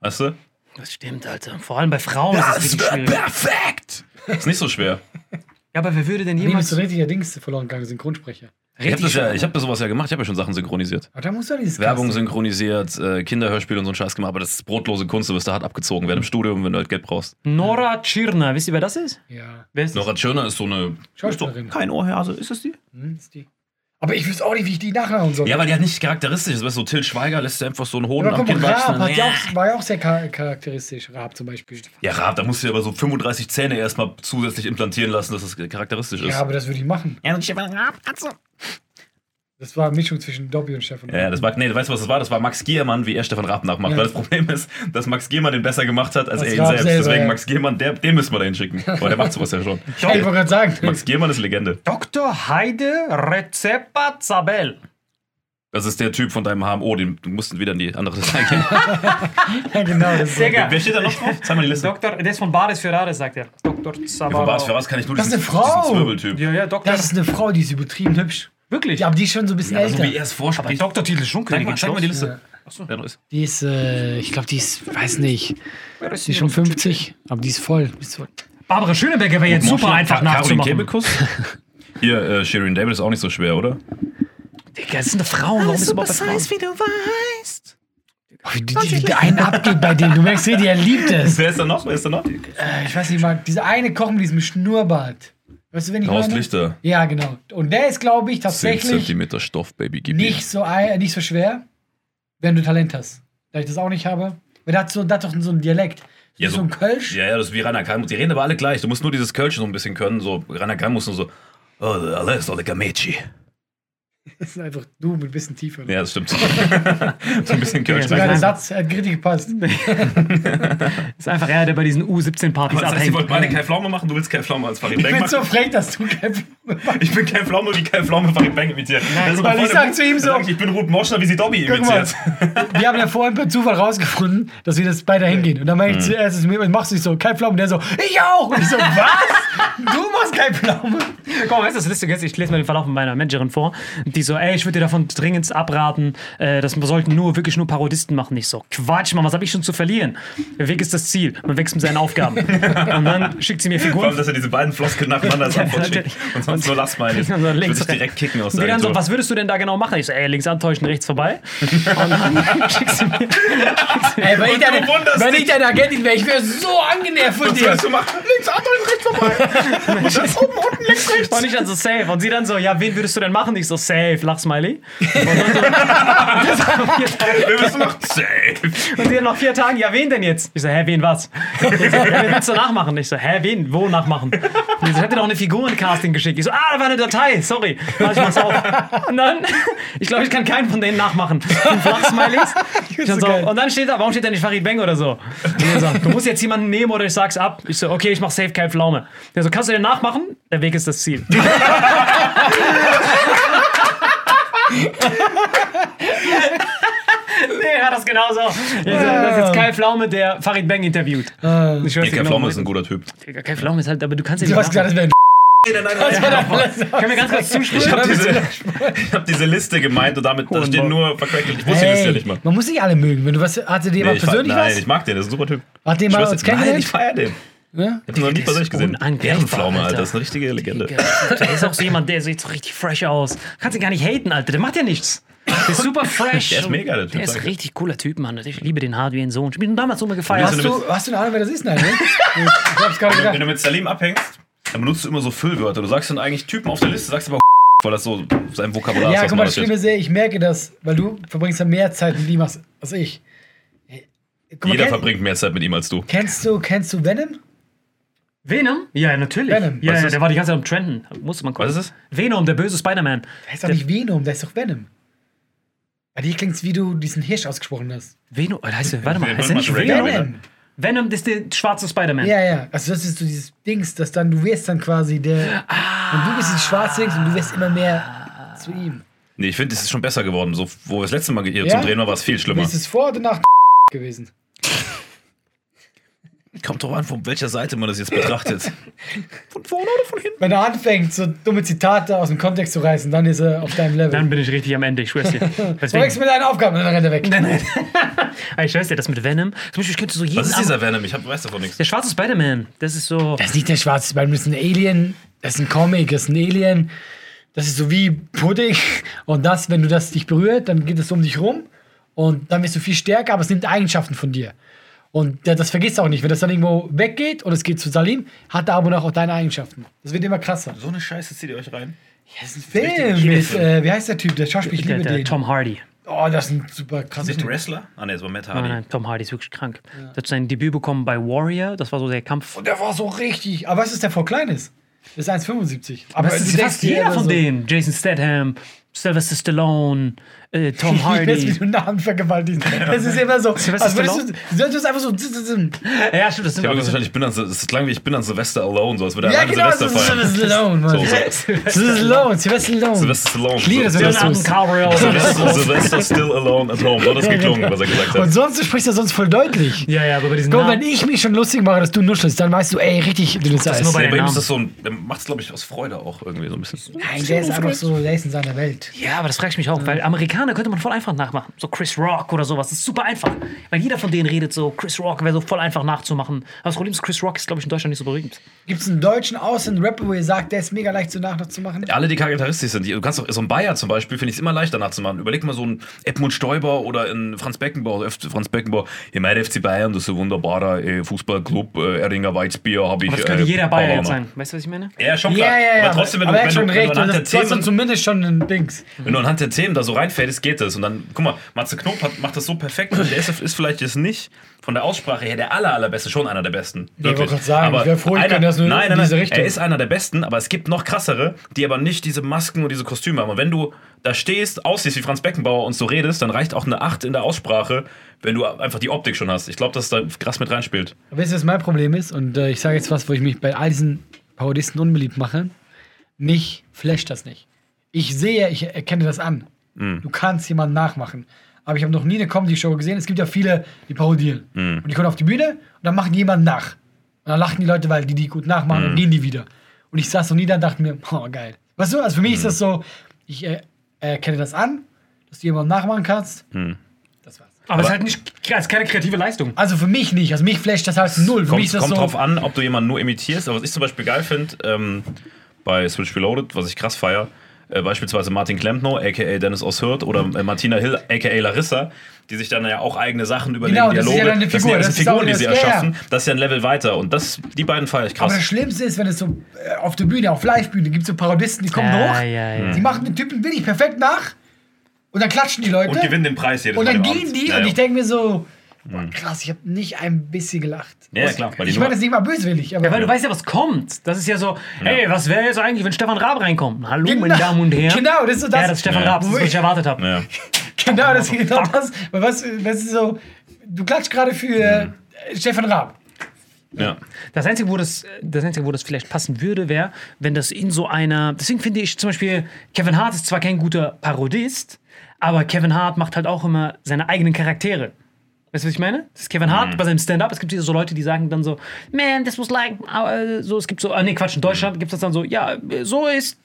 Weißt du? machen. Das stimmt, Alter. Vor allem bei Frauen ist es wirklich wird schwierig. Ja, perfekt! Das ist nicht so schwer. aber wer würde denn Nee, bist jemals... du richtiger Dings verloren gegangen, Synchronsprecher. Ich habe das ja, ich habe sowas ja gemacht, ich habe ja schon Sachen synchronisiert. Aber da musst du doch dieses Werbung Casting. synchronisiert, äh, Kinderhörspiel und so ein Scheiß gemacht, aber das ist brotlose Kunst, du wirst da hart abgezogen werden im Studium, wenn du halt Geld brauchst. Nora Tschirner, wisst ihr, wer das ist? Ja. Wer ist das? Nora Tschirner ist so eine. Schauspielerin. Kein Ohrhase, ist das die? Hm, ist die. Aber ich wüsste auch nicht, wie ich die nachmachen soll. Ja, weil die hat nicht charakteristisch ist. Weißt du, so Till Schweiger lässt ja einfach so einen Hoden aber am guck Kinn mal, Raab wachsen. hat ja Ja, auch, war ja auch sehr char- charakteristisch. Raab zum Beispiel. ja Raab, da musst du ja aber so 35 Zähne erstmal zusätzlich implantieren lassen, dass das charakteristisch ist. Ja, Ja, aber das würde ich machen. Ja, und Stefan Raab, also. Das war eine Mischung zwischen Dobby und Stefan. das war, nee, weißt du, was das war? Das war Max Giermann, wie er Stefan Raab nachmacht. Weil das Problem ist, dass Max Giermann den besser gemacht hat als Als er ihn Raab selbst. selber, Deswegen ja. Max Giermann, der, den müssen wir da hinschicken. Weil der macht sowas ja schon. Ja, ich wollte gerade sagen. Max Giermann ist Legende. Dr. Heide Rezepa Zabel. Das ist der Typ von deinem HMO, den du musst wieder in die andere Datei gehen. Ja, genau. Das, ist- Digga, Wer steht da noch drauf? Zeig mal die Liste. Dr. Der ist von Bares Ferraris, sagt er. Dr. Von was, für Zabel. was kann ich nur Das diesen, ist eine Frau. diesen Zwirbeltyp? Ja, ja, Dr. das ist eine Frau, die ist übertrieben hübsch. Wirklich? Ja, aber die ist schon so ein bisschen Also, älter. wie er es vorspricht. Dr. Titel Zeig Schunkönig. mal, zeig mal die Liste. Achso. Wer noch ist? Die ist, äh, ich glaube, die ist, weiß nicht, die ist schon 50, aber die ist voll. Die ist voll. Barbara Schöneberger wäre jetzt super Moschner, einfach Ka- Caroline nachzumachen. Kebekus? Hier, äh, Shirin David ist auch nicht so schwer, oder? Digga, das sind doch Frauen. Warum ist Super überhaupt bei Frauen? Size, wie du weißt. Oh, Wie die, die, die einen abgeht bei dem. Du merkst, richtig, er liebt es. Wer ist da noch? Wer ist da noch? Äh, Ich weiß nicht mal, dieser eine Koch mit diesem Schnurrbart. Weißt du, wenn ich Horst meine? Lichter. Ja, genau. Und der ist, glaube ich, 10 tatsächlich cm Stoff, Baby, gib ihm. nicht so, ei- nicht so schwer, wenn du Talent hast. Da ich das auch nicht habe. Weil der hat, so, der hat doch so einen Dialekt. Ja, so, so- ein Kölsch. Ja, ja, das ist wie Rainer Kalmus. Die reden aber alle gleich. Du musst nur dieses Kölsch so ein bisschen können. So, Rainer Kalmus nur so. Oh, alles oder Gamechi. Das ist einfach du mit ein bisschen tiefer. Ja, das stimmt. so ein bisschen Kölsch. Sogar der Ja, Satz hat richtig gepasst. Ist einfach er, der bei diesen U17-Partys das heißt, ihr wollt abhängt. beide Kai Pflaume machen? Du willst Kai Pflaume als Farid Ich Bang bin so machen? frech, dass du kein Ich bin Kai Pflaume, wie Kai Pflaume Farid Bang imitiert. Das ist weil voll ich der- sag zu ihm so- Sag Ich ich bin Ruth Moschner, wie sie Dobby Guck mal, imitiert. wir haben ja vorhin per Zufall rausgefunden, dass wir das beide hingehen. Und dann meinte Mhm. ich zuerst, zu mir, machst du nicht so, kein Pflaume. Und der so, ich auch. Und ich so, was? Du machst kein Pflaume. Komm, weißt du, das Liste jetzt, ich lese mal den Verlauf von meiner Managerin vor. Die so, ey, ich würde dir davon dringend abraten, äh, dass man sollten nur wirklich nur Parodisten machen. Nicht so, Quatsch, Mann, was habe ich schon zu verlieren? Der Weg ist das Ziel. Man wächst mit seinen Aufgaben. Und dann schickt sie mir Vor allem, Figuren. dass er diese beiden Floskeln nacheinander als Antwort Ja, schickt. Und sonst nur lass mal. Ich Und dann würde links dich rein. direkt kicken aus Und die der dann so, Agentur. was würdest du denn da genau machen? Ich so, ey, links antäuschen, rechts vorbei. Und dann schickt sie mir, Ey, wenn ich, Und du wunderst deine, wenn dich. ich deine Agentin wäre, ich wäre so angenenervt von dir. willst du machen? links, an und rechts Links vorbei. Und dann oben, unten, links, rechts. Und ich dann so safe. Und sie dann so, ja, wen würdest du denn machen? Ich so, safe, lach Smiley. Und, dann so, Wir müssen noch safe. und sie dann nach vier Tagen, ja, wen denn jetzt? Ich so, hä, wen was? Und sie so, ja, wen willst du nachmachen? Ich so, hä, wen? Wo nachmachen? Und sie so, ich hab dir doch eine Figurencasting geschickt. Ich so, ah, da war eine Datei, sorry. Mach ich mach's auf. Und dann, ich glaube, ich kann keinen von denen nachmachen. Fünf Lach-Smileys. Ich dann so, und dann steht da, warum steht da nicht Farid Bang oder so? Und er so, du musst jetzt jemanden nehmen oder ich sag's ab. Ich so, okay, ich mach safe kein Pflaume. Der so, kannst du den nachmachen? Der Weg ist das Ziel. Nee, er hat das genauso. Also, das ist jetzt Kai Pflaume, der Farid Bang interviewt. Äh, Ich weiß genau, Dicker Pflaume ist ein guter Typ. Kai Pflaume ist halt, aber du kannst ja Du hast nicht. gesagt, das nachmachen. wäre ein Können wir ganz kurz Ich zuschreiben? habe diese, ich hab diese Liste gemeint und damit da stehen nur verquäkelt. Ich wusste die Liste ja nicht mal. man muss nicht alle mögen. Wenn du was, hatte dir Nee, mal ich feier- persönlich nein, was? ich mag den, das ist ein super Typ. Hat den Ich weiß- mal uns nein, ich kennengelernt? feier den. Ja? Ich hab ihn noch nie persönlich gesehen. unangreifbar, Bärenpflaume, Alter. Alter. Das ist eine richtige Legende. Der ist auch so jemand, der sieht so richtig fresh aus. Kannst ihn gar nicht haten, Alter. Der macht ja nichts. Der ist super fresh. Der ist mega, der Typ, Der ist sag ich. richtig cooler Typ, Mann. Ich liebe den hart wie ein Sohn. Ich bin damals immer gefeiert. Hast Hast du, hast du eine Ahnung, wer das ist? Nein, ne? ich hab's gerade Wenn gedacht. du mit Salim abhängst, dann benutzt du immer so Füllwörter. Du sagst dann eigentlich Typen auf der Liste, sagst aber weil das so sein Vokabular ist. Ja, was guck man mal, das das Schlimme ist, ey, ich merke das, weil du verbringst ja mehr Zeit mit ihm als, als ich. Ey, guck jetzt- mal, Jeder kenn- verbringt mehr Zeit mit ihm als du. Kennst du, kennst du Venom? Venom? Ja, natürlich. Venom. Ja, Was ja, ist- der war die ganze Zeit am Trenden. Musste man gucken. Was ist es? Venom, der böse Spider-Man. Der heißt doch nicht Venom, der ist doch Venom. Bei dir klingt's, wie du diesen Hirsch ausgesprochen hast. Venom, Alter, heißt der, warte mal, Venom heißt der nicht hat Ray- Venom? Venom. Venom das ist der schwarze Spider-Man. Ja, ja. Also das ist so dieses Dings, dass dann, du wirst dann quasi der. Und du bist dieses schwarze Dings und du wirst immer mehr zu ihm. Nee, ich finde, es ist schon besser geworden. So, wo wir das letzte Mal hier Ja? zum Drehen waren, war es viel schlimmer. Ist es vor oder nach gewesen? Kommt drauf an, von welcher Seite man das jetzt betrachtet. von vorne oder von hinten? Wenn er anfängt, so dumme Zitate aus dem Kontext zu reißen, dann ist er auf deinem Level. Dann bin ich richtig am Ende, ich schwör's dir. du wächst Deswegen, Ah, mit deinen Aufgaben und dann rennt er weg. ich schwör's dir, das mit Venom. Zum Beispiel, ich könnte so jeden. Was ist dieser Abend- Venom? Ich hab, weiß davon nichts. Der schwarze Spider-Man. Das ist so. Das ist nicht der schwarze Spider-Man, das ist ein Alien, das ist ein Comic, das ist ein Alien. Das ist so wie Pudding. Und das, wenn du das dich berührt, dann geht es um dich rum. Und dann wirst du viel stärker, aber es nimmt Eigenschaften von dir. Und der- das vergisst du auch nicht. Wenn das dann irgendwo weggeht und es geht zu Salim, hat er aber noch auch deine Eigenschaften. Das wird immer krasser. So eine Scheiße zieht ihr euch rein. Das ist ein Film Richtig. mit, äh, wie heißt der Typ? Der Schauspieler, ich der, liebe der den. Tom Hardy. Oh, das ist ein super Ist krasser das ein Typ. Wrestler? Ah, ne, es war Matt Nein, Hardy. nein, Tom Hardy ist wirklich krank. Der hat sein Debüt bekommen bei Warrior. Das war so der Kampf. Der war so richtig. Aber was ist der vor Kleines? Das ist 1,75. Aber Das ist du fast denkst dir jeder immer von so, denen. Jason Statham, Sylvester Stallone, äh, Tom Ich weiß, wie Hardy. du Namen vergewaltigst. Das ist immer so. Also, Sylvester Als würdest du, du solltest einfach so. z- z- z- ja, stimmt, das sind Ich hab auch- gesagt, ich bin an, es ist lang wie ich bin an Silvester Alone, so als würde Ja, alleine genau. Silvester feiern. Sylvester Stallone, Mann. So, so. Sylvester Stallone. Sylvester Stallone. Silvester Alone. Ich liebe Dylan Sylvester genau. Alden Cabrio. Silvester, Silvester still alone at home. So hat das geklungen, was er gesagt Und hat. sonst du sprichst ja sonst voll deutlich. Ja, ja, aber bei diesen Guck, wenn Namen. ich mich schon lustig mache, dass du nuschelst, dann weißt du, ey, richtig dünnes Eis. nur bei- Ja, bei ihm Namen. ist das so ein, der macht's, glaube ich, aus Freude auch irgendwie so ein bisschen. Nein, der ist einfach so, der ist in seiner Welt. Ja, aber das frage ich mich auch, weil Amerikaner könnte man voll einfach nachmachen. So Chris Rock oder sowas. Das ist super einfach. Weil jeder von denen redet so, Chris Rock wäre so voll einfach nachzumachen. Aber das Problem ist, Chris Rock ist, glaube ich, in Deutschland nicht so berühmt. Gibt es einen deutschen Außen-Rapper, wo ihr sagt, der ist mega leicht so nachzumachen? Alle, die charakteristisch sind, die- du kannst auch, so ein Bayer zum Beispiel, finde ich es immer leichter nachzumachen. Überleg mal so einen Edmund Stoiber oder einen Franz Beckenbauer. F- Franz Beckenbauer, ich meine FC Bayern, das ist ein wunderbarer äh, Fußballclub, äh, Erdinger Weizbier habe ich. Aber das könnte äh, jeder Bayer jetzt Bauer. sein. Weißt du, was ich meine? Ja, schon klar. Ja, ja, ja. Aber trotzdem, wenn aber du, er wenn hat schon du, wenn recht, du du anhand der hast, du hast dann Themen zumindest schon ein Dings. Wenn du anhand der Themen da so reinfädest, geht das. Und dann, guck mal, Matze Knob hat, macht das so perfekt. Der ist, ist vielleicht jetzt nicht von der Aussprache her der aller, allerbeste, schon einer der besten. ich wollte gerade sagen, ich wär froh, ich einer, kann das nur nein, in nein, diese nein, Richtung. Er ist einer der besten, aber es gibt noch krassere, die aber nicht diese Masken und diese Kostüme haben. Und wenn du da stehst, aussiehst wie Franz Beckenbauer und so redest, dann reicht auch eine 8 in der Aussprache, wenn du einfach die Optik schon hast. Ich glaube, dass da krass mit reinspielt. Aber Wisst ihr, was mein Problem ist? Und äh, ich sage jetzt was, wo ich mich bei all diesen Parodisten unbeliebt mache. Mich flasht das nicht. Ich sehe, ich erkenne das an. Mhm. Du kannst jemanden nachmachen. Aber ich habe noch nie eine Comedy-Show gesehen. Es gibt ja viele, die parodieren. Mhm. Und die kommen auf die Bühne und dann machen die jemanden nach. Und dann lachen die Leute, weil die die gut nachmachen Mhm. und gehen die wieder. Und ich saß so nie da und dachte mir, oh, geil. Weißt du, also für mich Mhm. ist das so, ich äh, erkenne das an, dass du jemanden nachmachen kannst. Mhm. Das war's. Aber, es ist halt nicht, es ist keine kreative Leistung. Also für mich nicht. Also mich flasht das halt null. Für kommt, mich ist das kommt so. drauf an, ob du jemanden nur imitierst. Aber was ich zum Beispiel geil finde, ähm, bei Switch Reloaded, was ich krass feier, äh, beispielsweise Martin Klempno, a.k.a. Dennis Oshirt oder äh, Martina Hill, a.k.a. Larissa, die sich dann ja auch eigene Sachen überlegen, Genau, das ist Dialoge. ja dann eine sind Figur, alles das ist Figuren, auch die sie das- ja, ja. erschaffen. Das ist ja ein Level weiter und das, die beiden feiere ich krass. Aber das Schlimmste ist, wenn es so äh, auf der Bühne, auf Live-Bühne, gibt es so Parodisten, die kommen Ja, hoch, ja, ja. die Mhm. machen den Typen wirklich perfekt nach und dann klatschen die Leute. und gewinnen den Preis jedes Und Mal dann im gehen Abend. die Ja, ja. und Mhm. ich denke mir so, boah, krass, ich habe nicht ein bisschen gelacht. Ja, ja, klar, weil die ich nur- meine das nicht mal böswillig, aber Ja, weil du weißt ja, was kommt. Das ist ja so, ey, was wäre jetzt eigentlich, wenn Stefan Raab reinkommt? Hallo, meine Genau. Damen und Herren. Genau, das ist so das- Ja, das ist Stefan Ja. Raab, das ist, was ich erwartet habe. Ja. genau das genau das. Weil was, was ist so, du klatschst gerade für Mhm. äh, Stefan Raab. Ja. Das Einzige, wo das, das Einzige, wo das vielleicht passen würde, wäre, wenn das in so einer. Deswegen finde ich zum Beispiel, Kevin Hart ist zwar kein guter Parodist, aber Kevin Hart macht halt auch immer seine eigenen Charaktere. Weißt du, was ich meine? Das ist Kevin Hart bei seinem Stand-up. Es gibt diese so Leute, die sagen dann so, man, this was like, äh, so, es gibt so, ah, nee, Quatsch, in Deutschland gibt es das dann so, ja, äh, so ist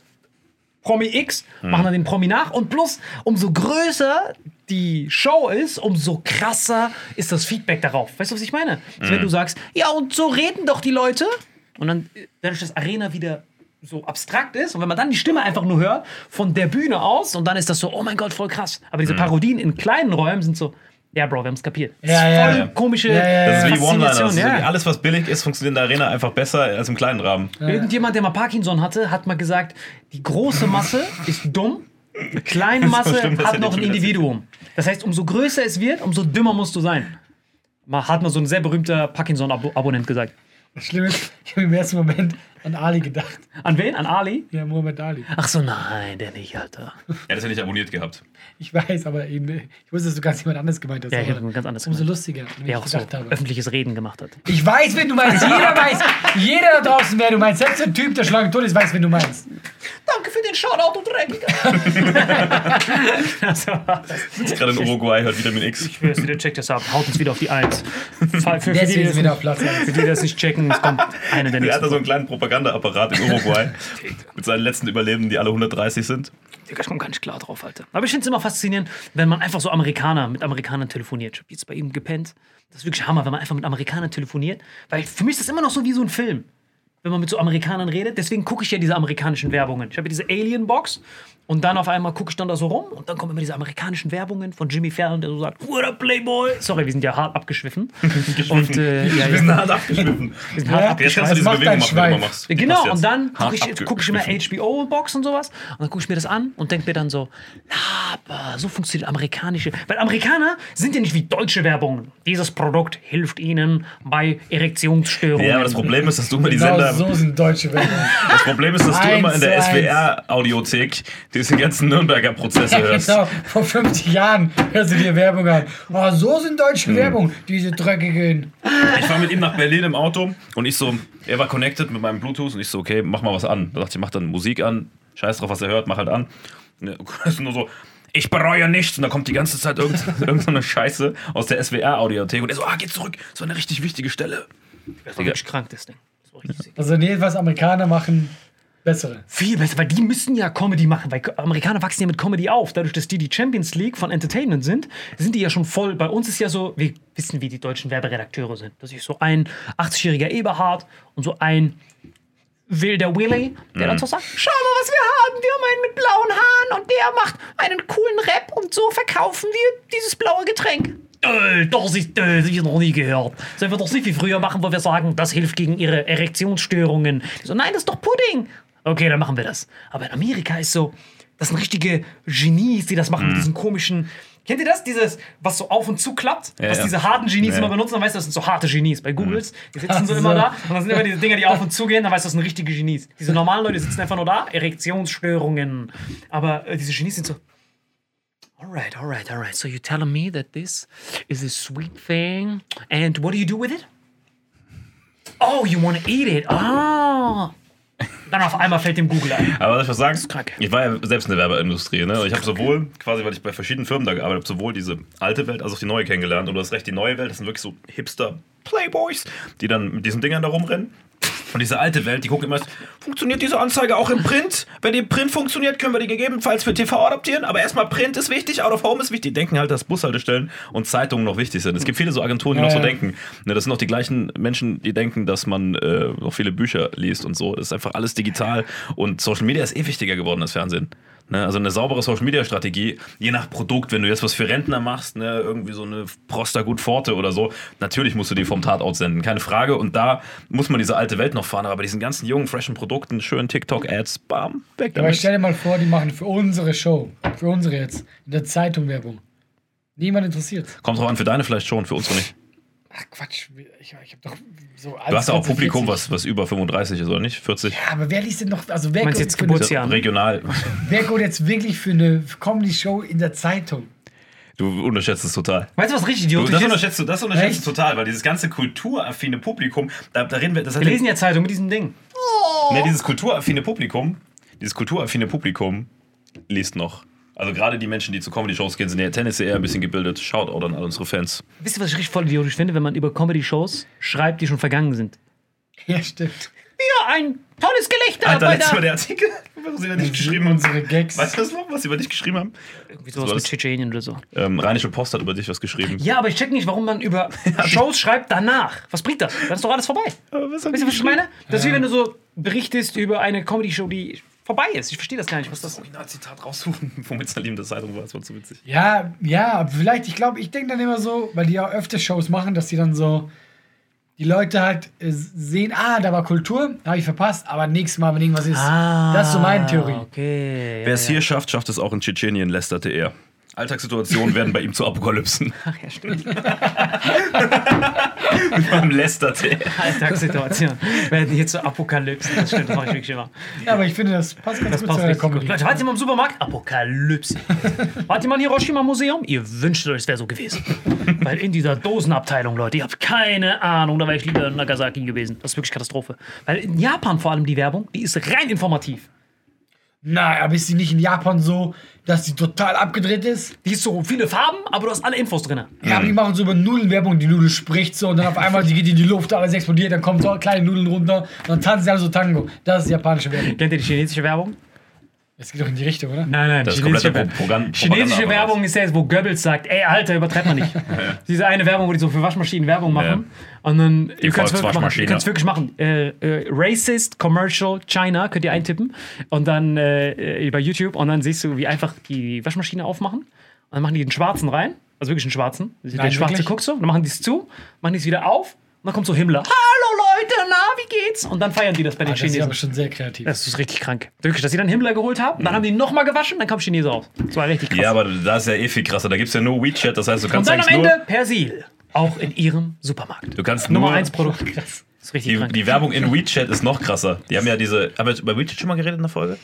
Promi X, Mhm. machen dann den Promi nach und plus, umso größer die Show ist, umso krasser ist das Feedback darauf. Weißt du, was ich meine? Also Mhm. Wenn du sagst, ja, und so reden doch die Leute und dann äh, dadurch, dass Arena wieder so abstrakt ist und wenn man dann die Stimme einfach nur hört von der Bühne aus und dann ist das so, oh mein Gott, voll krass. Aber Mhm. diese Parodien in kleinen Räumen sind so, ja, Bro, wir haben es kapiert. Das Ja, ist ja, voll ja. komische Ja, ja, ja. Das ist wie One-Liner. Das Faszination, ist so wie ja. Alles, was billig ist, funktioniert in der Arena einfach besser als im kleinen Rahmen. Irgendjemand, der mal Parkinson hatte, hat mal gesagt, die große Masse ist dumm, die kleine Masse schlimm, dass hat er noch ein nicht mehr Individuum. Das heißt, umso größer es wird, umso dümmer musst du sein. Mal hat mal so ein sehr berühmter Parkinson-Abonnent gesagt. Schlimm ist, ich habe im ersten Moment an Ali gedacht. An wen? An Ali? Ja, Muhammad Ali. Ach so, nein, der nicht, Alter. Ja, das hätte ich abonniert gehabt. Ich weiß, aber eben, ne, ich wusste, dass du ganz jemand anderes gemeint hast. Ja, ich aber habe ganz anders umso gemeint. lustiger, wenn Der ich auch so gedacht habe. öffentliches Reden gemacht hat. Ich weiß, wen du meinst. Jeder weiß, jeder da draußen, wer du meinst. Selbst der Typ, der schon lange tot ist, weiß, wen du meinst. Danke für den Shoutout, du Dreckiger. das war Ist gerade in Uruguay, hört Vitamin X. Ich Also, schwör's dir, checkt das ab. Haut uns wieder auf die Eins. Für, für, die, die, Deswegen das sind wir auf nicht- Platz eins. für die, die das nicht checken, es kommt eine der Er hat nächsten. da so einen kleinen Propagandaapparat in Uruguay mit seinen letzten Überlebenden, die alle 130 sind. Digga, ich komme gar nicht klar drauf, Alter. Aber ich finde es immer faszinierend, wenn man einfach so Amerikaner mit Amerikanern telefoniert. Ich habe jetzt bei ihm gepennt. Das ist wirklich Hammer, wenn man einfach mit Amerikanern telefoniert. Weil für mich ist das immer noch so wie so ein Film, wenn man mit so Amerikanern redet. Deswegen gucke ich ja diese amerikanischen Werbungen. Ich habe ja diese Alien-Box und dann auf einmal gucke ich dann da so rum und dann kommen immer diese amerikanischen Werbungen von Jimmy Fallon, der so sagt, What up, Playboy? Sorry, wir sind ja hart abgeschwiffen. und äh, ja, Wir sind hart abgeschliffen. wir sind hart Ja. abgeschwiffen. Jetzt kannst du Das diese macht Bewegung ein machen, wenn du mal Schweif. machst. Genau, und dann gucke gucke ich, guck ich mir HBO-Box und sowas und dann gucke ich mir das an und denke mir dann so, aber so funktioniert amerikanische. Weil Amerikaner sind ja nicht wie deutsche Werbungen. Dieses Produkt hilft ihnen bei Erektionsstörungen. Ja, aber das Problem ist, dass du immer die Genau Sender. so sind deutsche Werbung. Das Problem ist, dass du Eins immer in zu der eins. SWR-Audiothek diese ganzen Nürnberger Prozesse Ja, hörst. genau. Vor 50 Jahren hörst du dir Werbung an. Oh, so sind deutsche Werbung, diese dreckigen. Ich fahr mit ihm nach Berlin im Auto und ich so, er war connected mit meinem Bluetooth und ich so, okay, mach mal was an. Da dachte ich, mach dann Musik an, scheiß drauf, was er hört, mach halt an. Und er Ist nur so, ich bereue nichts. Und da kommt die ganze Zeit irgendeine irgend so eine Scheiße aus der SWR-Audiothek und er so, ah, geh zurück, so eine richtig wichtige Stelle. Das war wirklich krank, das Ding. Das war richtig sick. Also, nee, was Amerikaner machen, bessere. Viel besser, weil die müssen ja Comedy machen, weil Amerikaner wachsen ja mit Comedy auf. Dadurch, dass die die Champions League von Entertainment sind, sind die ja schon voll. Bei uns ist ja so, wir wissen, wie die deutschen Werberedakteure sind. Das ist so ein 80-jähriger Eberhard und so ein wilder Willy, der dann so sagt, schau mal, was wir haben. Wir haben einen mit blauen Haaren und der macht einen coolen Rap und so verkaufen wir dieses blaue Getränk. Äh, das ist, äh, das hab ich noch nie gehört. Sollen wir doch nicht wie früher machen, wo wir sagen, das hilft gegen ihre Erektionsstörungen. Die So, nein, das ist doch Pudding. Okay, dann machen wir das. Aber in Amerika ist so, das sind richtige Genies, die das machen Mhm. mit diesen komischen. Kennt ihr das? Dieses, was so auf und zu klappt? was ja. diese harten Genies Ja. Mhm. immer benutzen, dann weißt du, das sind so harte Genies. Bei Googles, die sitzen so Ach so. immer da und dann sind immer diese Dinger, die auf und zu gehen, dann weißt du, das sind richtige Genies. Diese normalen Leute sitzen einfach nur da, Erektionsstörungen. Aber äh, diese Genies sind so. Alright, alright, alright. So you're telling me that this is a sweet thing. And what do you do with it? Oh, you wanna eat it. Ah. Dann auf einmal fällt dem Google ein. Aber was ich was sagen, krank. ich war ja selbst in der Werbeindustrie. Ne? Und Ich habe sowohl, quasi, weil ich bei verschiedenen Firmen da gearbeitet habe, sowohl diese alte Welt als auch die neue kennengelernt. Und du hast recht, die neue Welt, das sind wirklich so Hipster-Playboys, die dann mit diesen Dingern da rumrennen. Und diese alte Welt, die gucken immer, funktioniert diese Anzeige auch im Print? Wenn die im Print funktioniert, können wir die gegebenenfalls für TV adaptieren. Aber erstmal Print ist wichtig, Out of Home ist wichtig. Die denken halt, dass Bushaltestellen und Zeitungen noch wichtig sind. Es gibt viele so Agenturen, die noch so ja. denken. Ne, das sind noch die gleichen Menschen, die denken, dass man äh, noch viele Bücher liest und so. Das ist einfach alles digital. Und Social Media ist eh wichtiger geworden als Fernsehen. Ne? Also eine saubere Social Media Strategie, je nach Produkt, wenn du jetzt was für Rentner machst, ne? irgendwie so eine Prostagut Forte oder so, natürlich musst du die vom Tatort senden, keine Frage. Und da muss man diese alte Welt noch fahren, aber bei diesen ganzen jungen, freshen Produkten, schönen TikTok-Ads, bam, weg Aber damit. stell dir mal vor, die machen für unsere Show, für unsere jetzt, in der Zeitung Werbung. Niemand interessiert. Kommt drauf an, für deine vielleicht schon, für unsere nicht. Ach Quatsch, ich, ich hab doch so Du hast ja auch Publikum, was, was über 35 ist, oder nicht? 40? Ja, aber wer liest denn noch, also wer, guckt Meinst du jetzt für Geburts- eine, Ozean. Regional. wer guckt jetzt wirklich für eine Comedy-Show in der Zeitung? Du unterschätzt es total. Weißt du, was richtig Du, das idiotisch ist? unterschätzt du, das unterschätzt Echt? du total, weil dieses ganze kulturaffine Publikum, da, da reden wir, das hat Wir lesen ja Zeitung mit diesem Ding. ne, dieses kulturaffine Publikum, dieses kulturaffine Publikum liest noch. Also gerade die Menschen, die zu Comedy-Shows gehen, sind ja tendenziell eher ein bisschen gebildet. Shoutout an all unsere Fans. Wisst ihr, was ich richtig voll idiotisch finde, wenn man über Comedy-Shows schreibt, die schon vergangen sind? Ja, stimmt. Ja, ein tolles Gelächter Alter, bei letztes Mal der... der Artikel, was sie über dich geschrieben haben. Unsere Gags. Weißt du das noch, was sie über dich geschrieben haben? Irgendwie sowas So mit was- Tschetschenien oder so. Ähm, Rheinische Post hat über dich was geschrieben. Ja, aber ich check nicht, warum man über Shows schreibt danach. Was bringt das? Dann ist doch alles vorbei. Weißt du, was ich meine? Das ist wie wenn du so berichtest über eine Comedy-Show, die vorbei ist. Ich verstehe das gar nicht. Was das Originalzitat raussuchen, womit Salim der Zeitung war, das war zu witzig. Ja, ja, aber vielleicht, ich glaube, ich denke dann immer so, weil die ja öfter Shows machen, dass die dann so, die Leute halt äh, sehen, ah, da war Kultur, habe ich verpasst, aber nächstes Mal, wenn irgendwas ist. Ah. das ist so meine Theorie. Ah, Okay. Wer es hier schafft, schafft es auch in Tschetschenien, lästerte er. Alltagssituationen werden bei ihm zu Apokalypsen. Ach ja, stimmt. Beim lästerte er. Alltagssituation. Werden hier zu Apokalypse. Das stimmt, das mache ich wirklich immer. Ja, aber ich finde, das passt ganz Das gut zu passt einer nicht so Comedy. gut. Leute, wart ihr mal im Supermarkt? Apokalypse. wart ihr mal im Hiroshima-Museum? Ihr wünscht euch, es wäre so gewesen. Weil in dieser Dosenabteilung, Leute, ihr habt keine Ahnung, da wäre ich lieber in Nagasaki gewesen. Das ist wirklich Katastrophe. Weil in Japan vor allem die Werbung, die ist rein informativ. Nein, aber ist die nicht in Japan so, dass die total abgedreht ist? Die ist so viele Farben, aber du hast alle Infos drin. Ja, aber die machen so über Nudeln Werbung, die Nudel spricht so und dann auf einmal die geht in die Luft, alles explodiert, dann kommen so kleine Nudeln runter und dann tanzen sie alle so Tango. Das ist japanische Werbung. Kennt ihr die chinesische Werbung? Das geht doch in die Richtung, oder? Nein, nein, Das ist chinesische, komplette Pro- Progan- chinesische Propagandaapparat. Werbung ist ja jetzt, wo Goebbels sagt, ey, Alter, übertreibt man nicht. Diese eine Werbung, wo die so für Waschmaschinen Werbung machen. Und dann, ihr könnt es wirklich machen. Volkswaschmaschine. Ihr könnt's wirklich machen. Äh, äh, Racist Commercial China könnt ihr eintippen. Und dann äh, äh, bei YouTube. Und dann siehst du, wie einfach die Waschmaschine aufmachen. Und dann machen die den Schwarzen rein. Also wirklich einen Schwarzen. Nein, den Schwarzen wirklich? guckst du. Dann machen die es zu, machen die es wieder auf. Und dann kommt so Himmler. Hallo Leute, na, wie geht's? Und dann feiern die das bei Ah, den Das ist Chinesen. aber schon sehr kreativ. Das ist richtig krank. Wirklich, dass sie dann Himmler geholt haben, dann haben die nochmal gewaschen, dann kam Chinese raus. Das war richtig krass. Mhm. Ja, aber da ist ja eh viel krasser. Da gibt es ja nur WeChat, das heißt, du Und kannst dann am eigentlich Ende nur. Persil. Auch in ihrem Supermarkt. Du kannst Nummer nur- 1 Produkt. Das ist richtig Die, krank. die Werbung in WeChat ist noch krasser. Die haben ja diese. Haben wir über WeChat schon mal geredet in der Folge?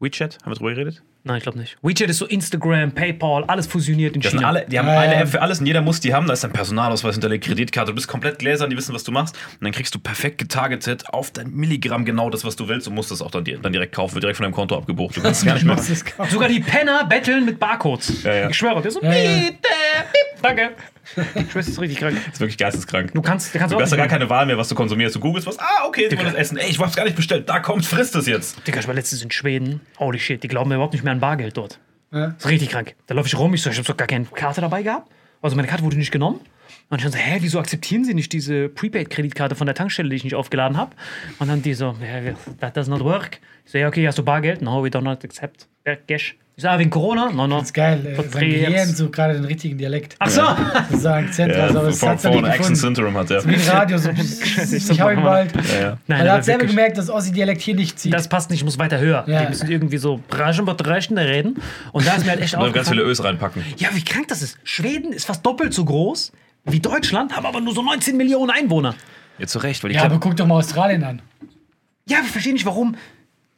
WeChat? Haben wir drüber geredet? Nein, ich glaube nicht. WeChat ist so Instagram, PayPal, alles fusioniert in Das sind China. alle, die haben Ja, eine ja. App für alles und jeder muss die haben. Da ist dein Personalausweis hinterlegt, Kreditkarte. Du bist komplett gläsern, die wissen, was du machst. Und dann kriegst du perfekt getargetet auf dein Milligramm genau das, was du willst und musst das auch dann, dir- dann direkt kaufen. Wird direkt von deinem Konto abgebucht. Du kannst es gar nicht mehr. Das ist krass. Sogar die Penner betteln mit Barcodes. Ja, ja. Ich schwöre, der so, Ja, ja. bitte, bip, danke. Ich schwöre, das ist richtig krank. Das ist wirklich geisteskrank. Du kannst, du kannst Du hast ja nicht gar machen. keine Wahl mehr, was du konsumierst. Du googelst was. Ah, okay, sie wollen das essen. Ey, ich hab's gar nicht bestellt. Da kommt, frisst es jetzt. Digga, ich war letztens in Schweden. Holy shit, die glauben mir überhaupt nicht mehr an Bargeld dort. Ja. Das ist richtig krank. Da laufe ich rum, ich, so, ich habe so gar keine Karte dabei gehabt. Also meine Karte wurde nicht genommen. Und ich dann so, hä, wieso akzeptieren sie nicht diese Prepaid-Kreditkarte von der Tankstelle, die ich nicht aufgeladen habe? Und dann die so, "Yeah, that does not work. Ich so, ja, okay, hast du Bargeld? No, we do not accept cash. Ich so, ah, wegen Corona? No, no. Das ist geil. Äh, For sein three Gehirn years. so gerade den richtigen Dialekt. Ach so! So sagen Zentrum, also, aber es von, hat's ja von nicht Accent gefunden. Syndrome hat er. Wie ein Radio, so nicht, ich hau ihn so bald. ja. Er Nein, aber hat selber wirklich. gemerkt, dass Ossi-Dialekt hier nicht zieht. Das passt nicht, ich muss weiter höher. Ja. Die müssen irgendwie so Branchenbereichen reden. Und da ist mir halt echt Da ganz viele aufgefallen. Ös reinpacken. Ja, wie krank das ist. Schweden ist fast doppelt so groß wie Deutschland, haben aber nur so 19 Millionen Einwohner. Ja, zu Recht, weil die ja, aber guck doch mal Australien an. Ja, ich verstehe nicht, warum,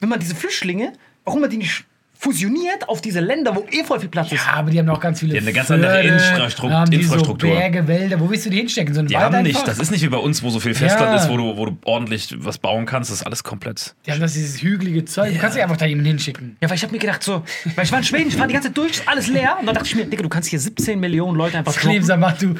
wenn man diese Flüchtlinge, warum man die nicht fusioniert auf diese Länder, wo eh voll viel Platz ist. Ja, aber die haben auch ganz viele. Die haben eine ganz andere Pferde, Infrastruktru- haben die Infrastruktur. So Berge, Wälder. Wo willst du die hinstecken? So einen Die Wald haben nicht, einfach? das ist nicht wie bei uns, wo so viel Festland Ja. ist, wo du, wo du ordentlich was bauen kannst. Das ist alles komplett. Die haben das dieses hügelige Zeug. Du kannst ja einfach da jemanden hinschicken. Ja, weil ich habe mir gedacht, so, weil ich war in Schweden, ich fahre die ganze Zeit durch, ist alles leer. Und dann dachte ich mir, Digga, du kannst hier 17 Millionen Leute einfach droppen. Kleebser macht du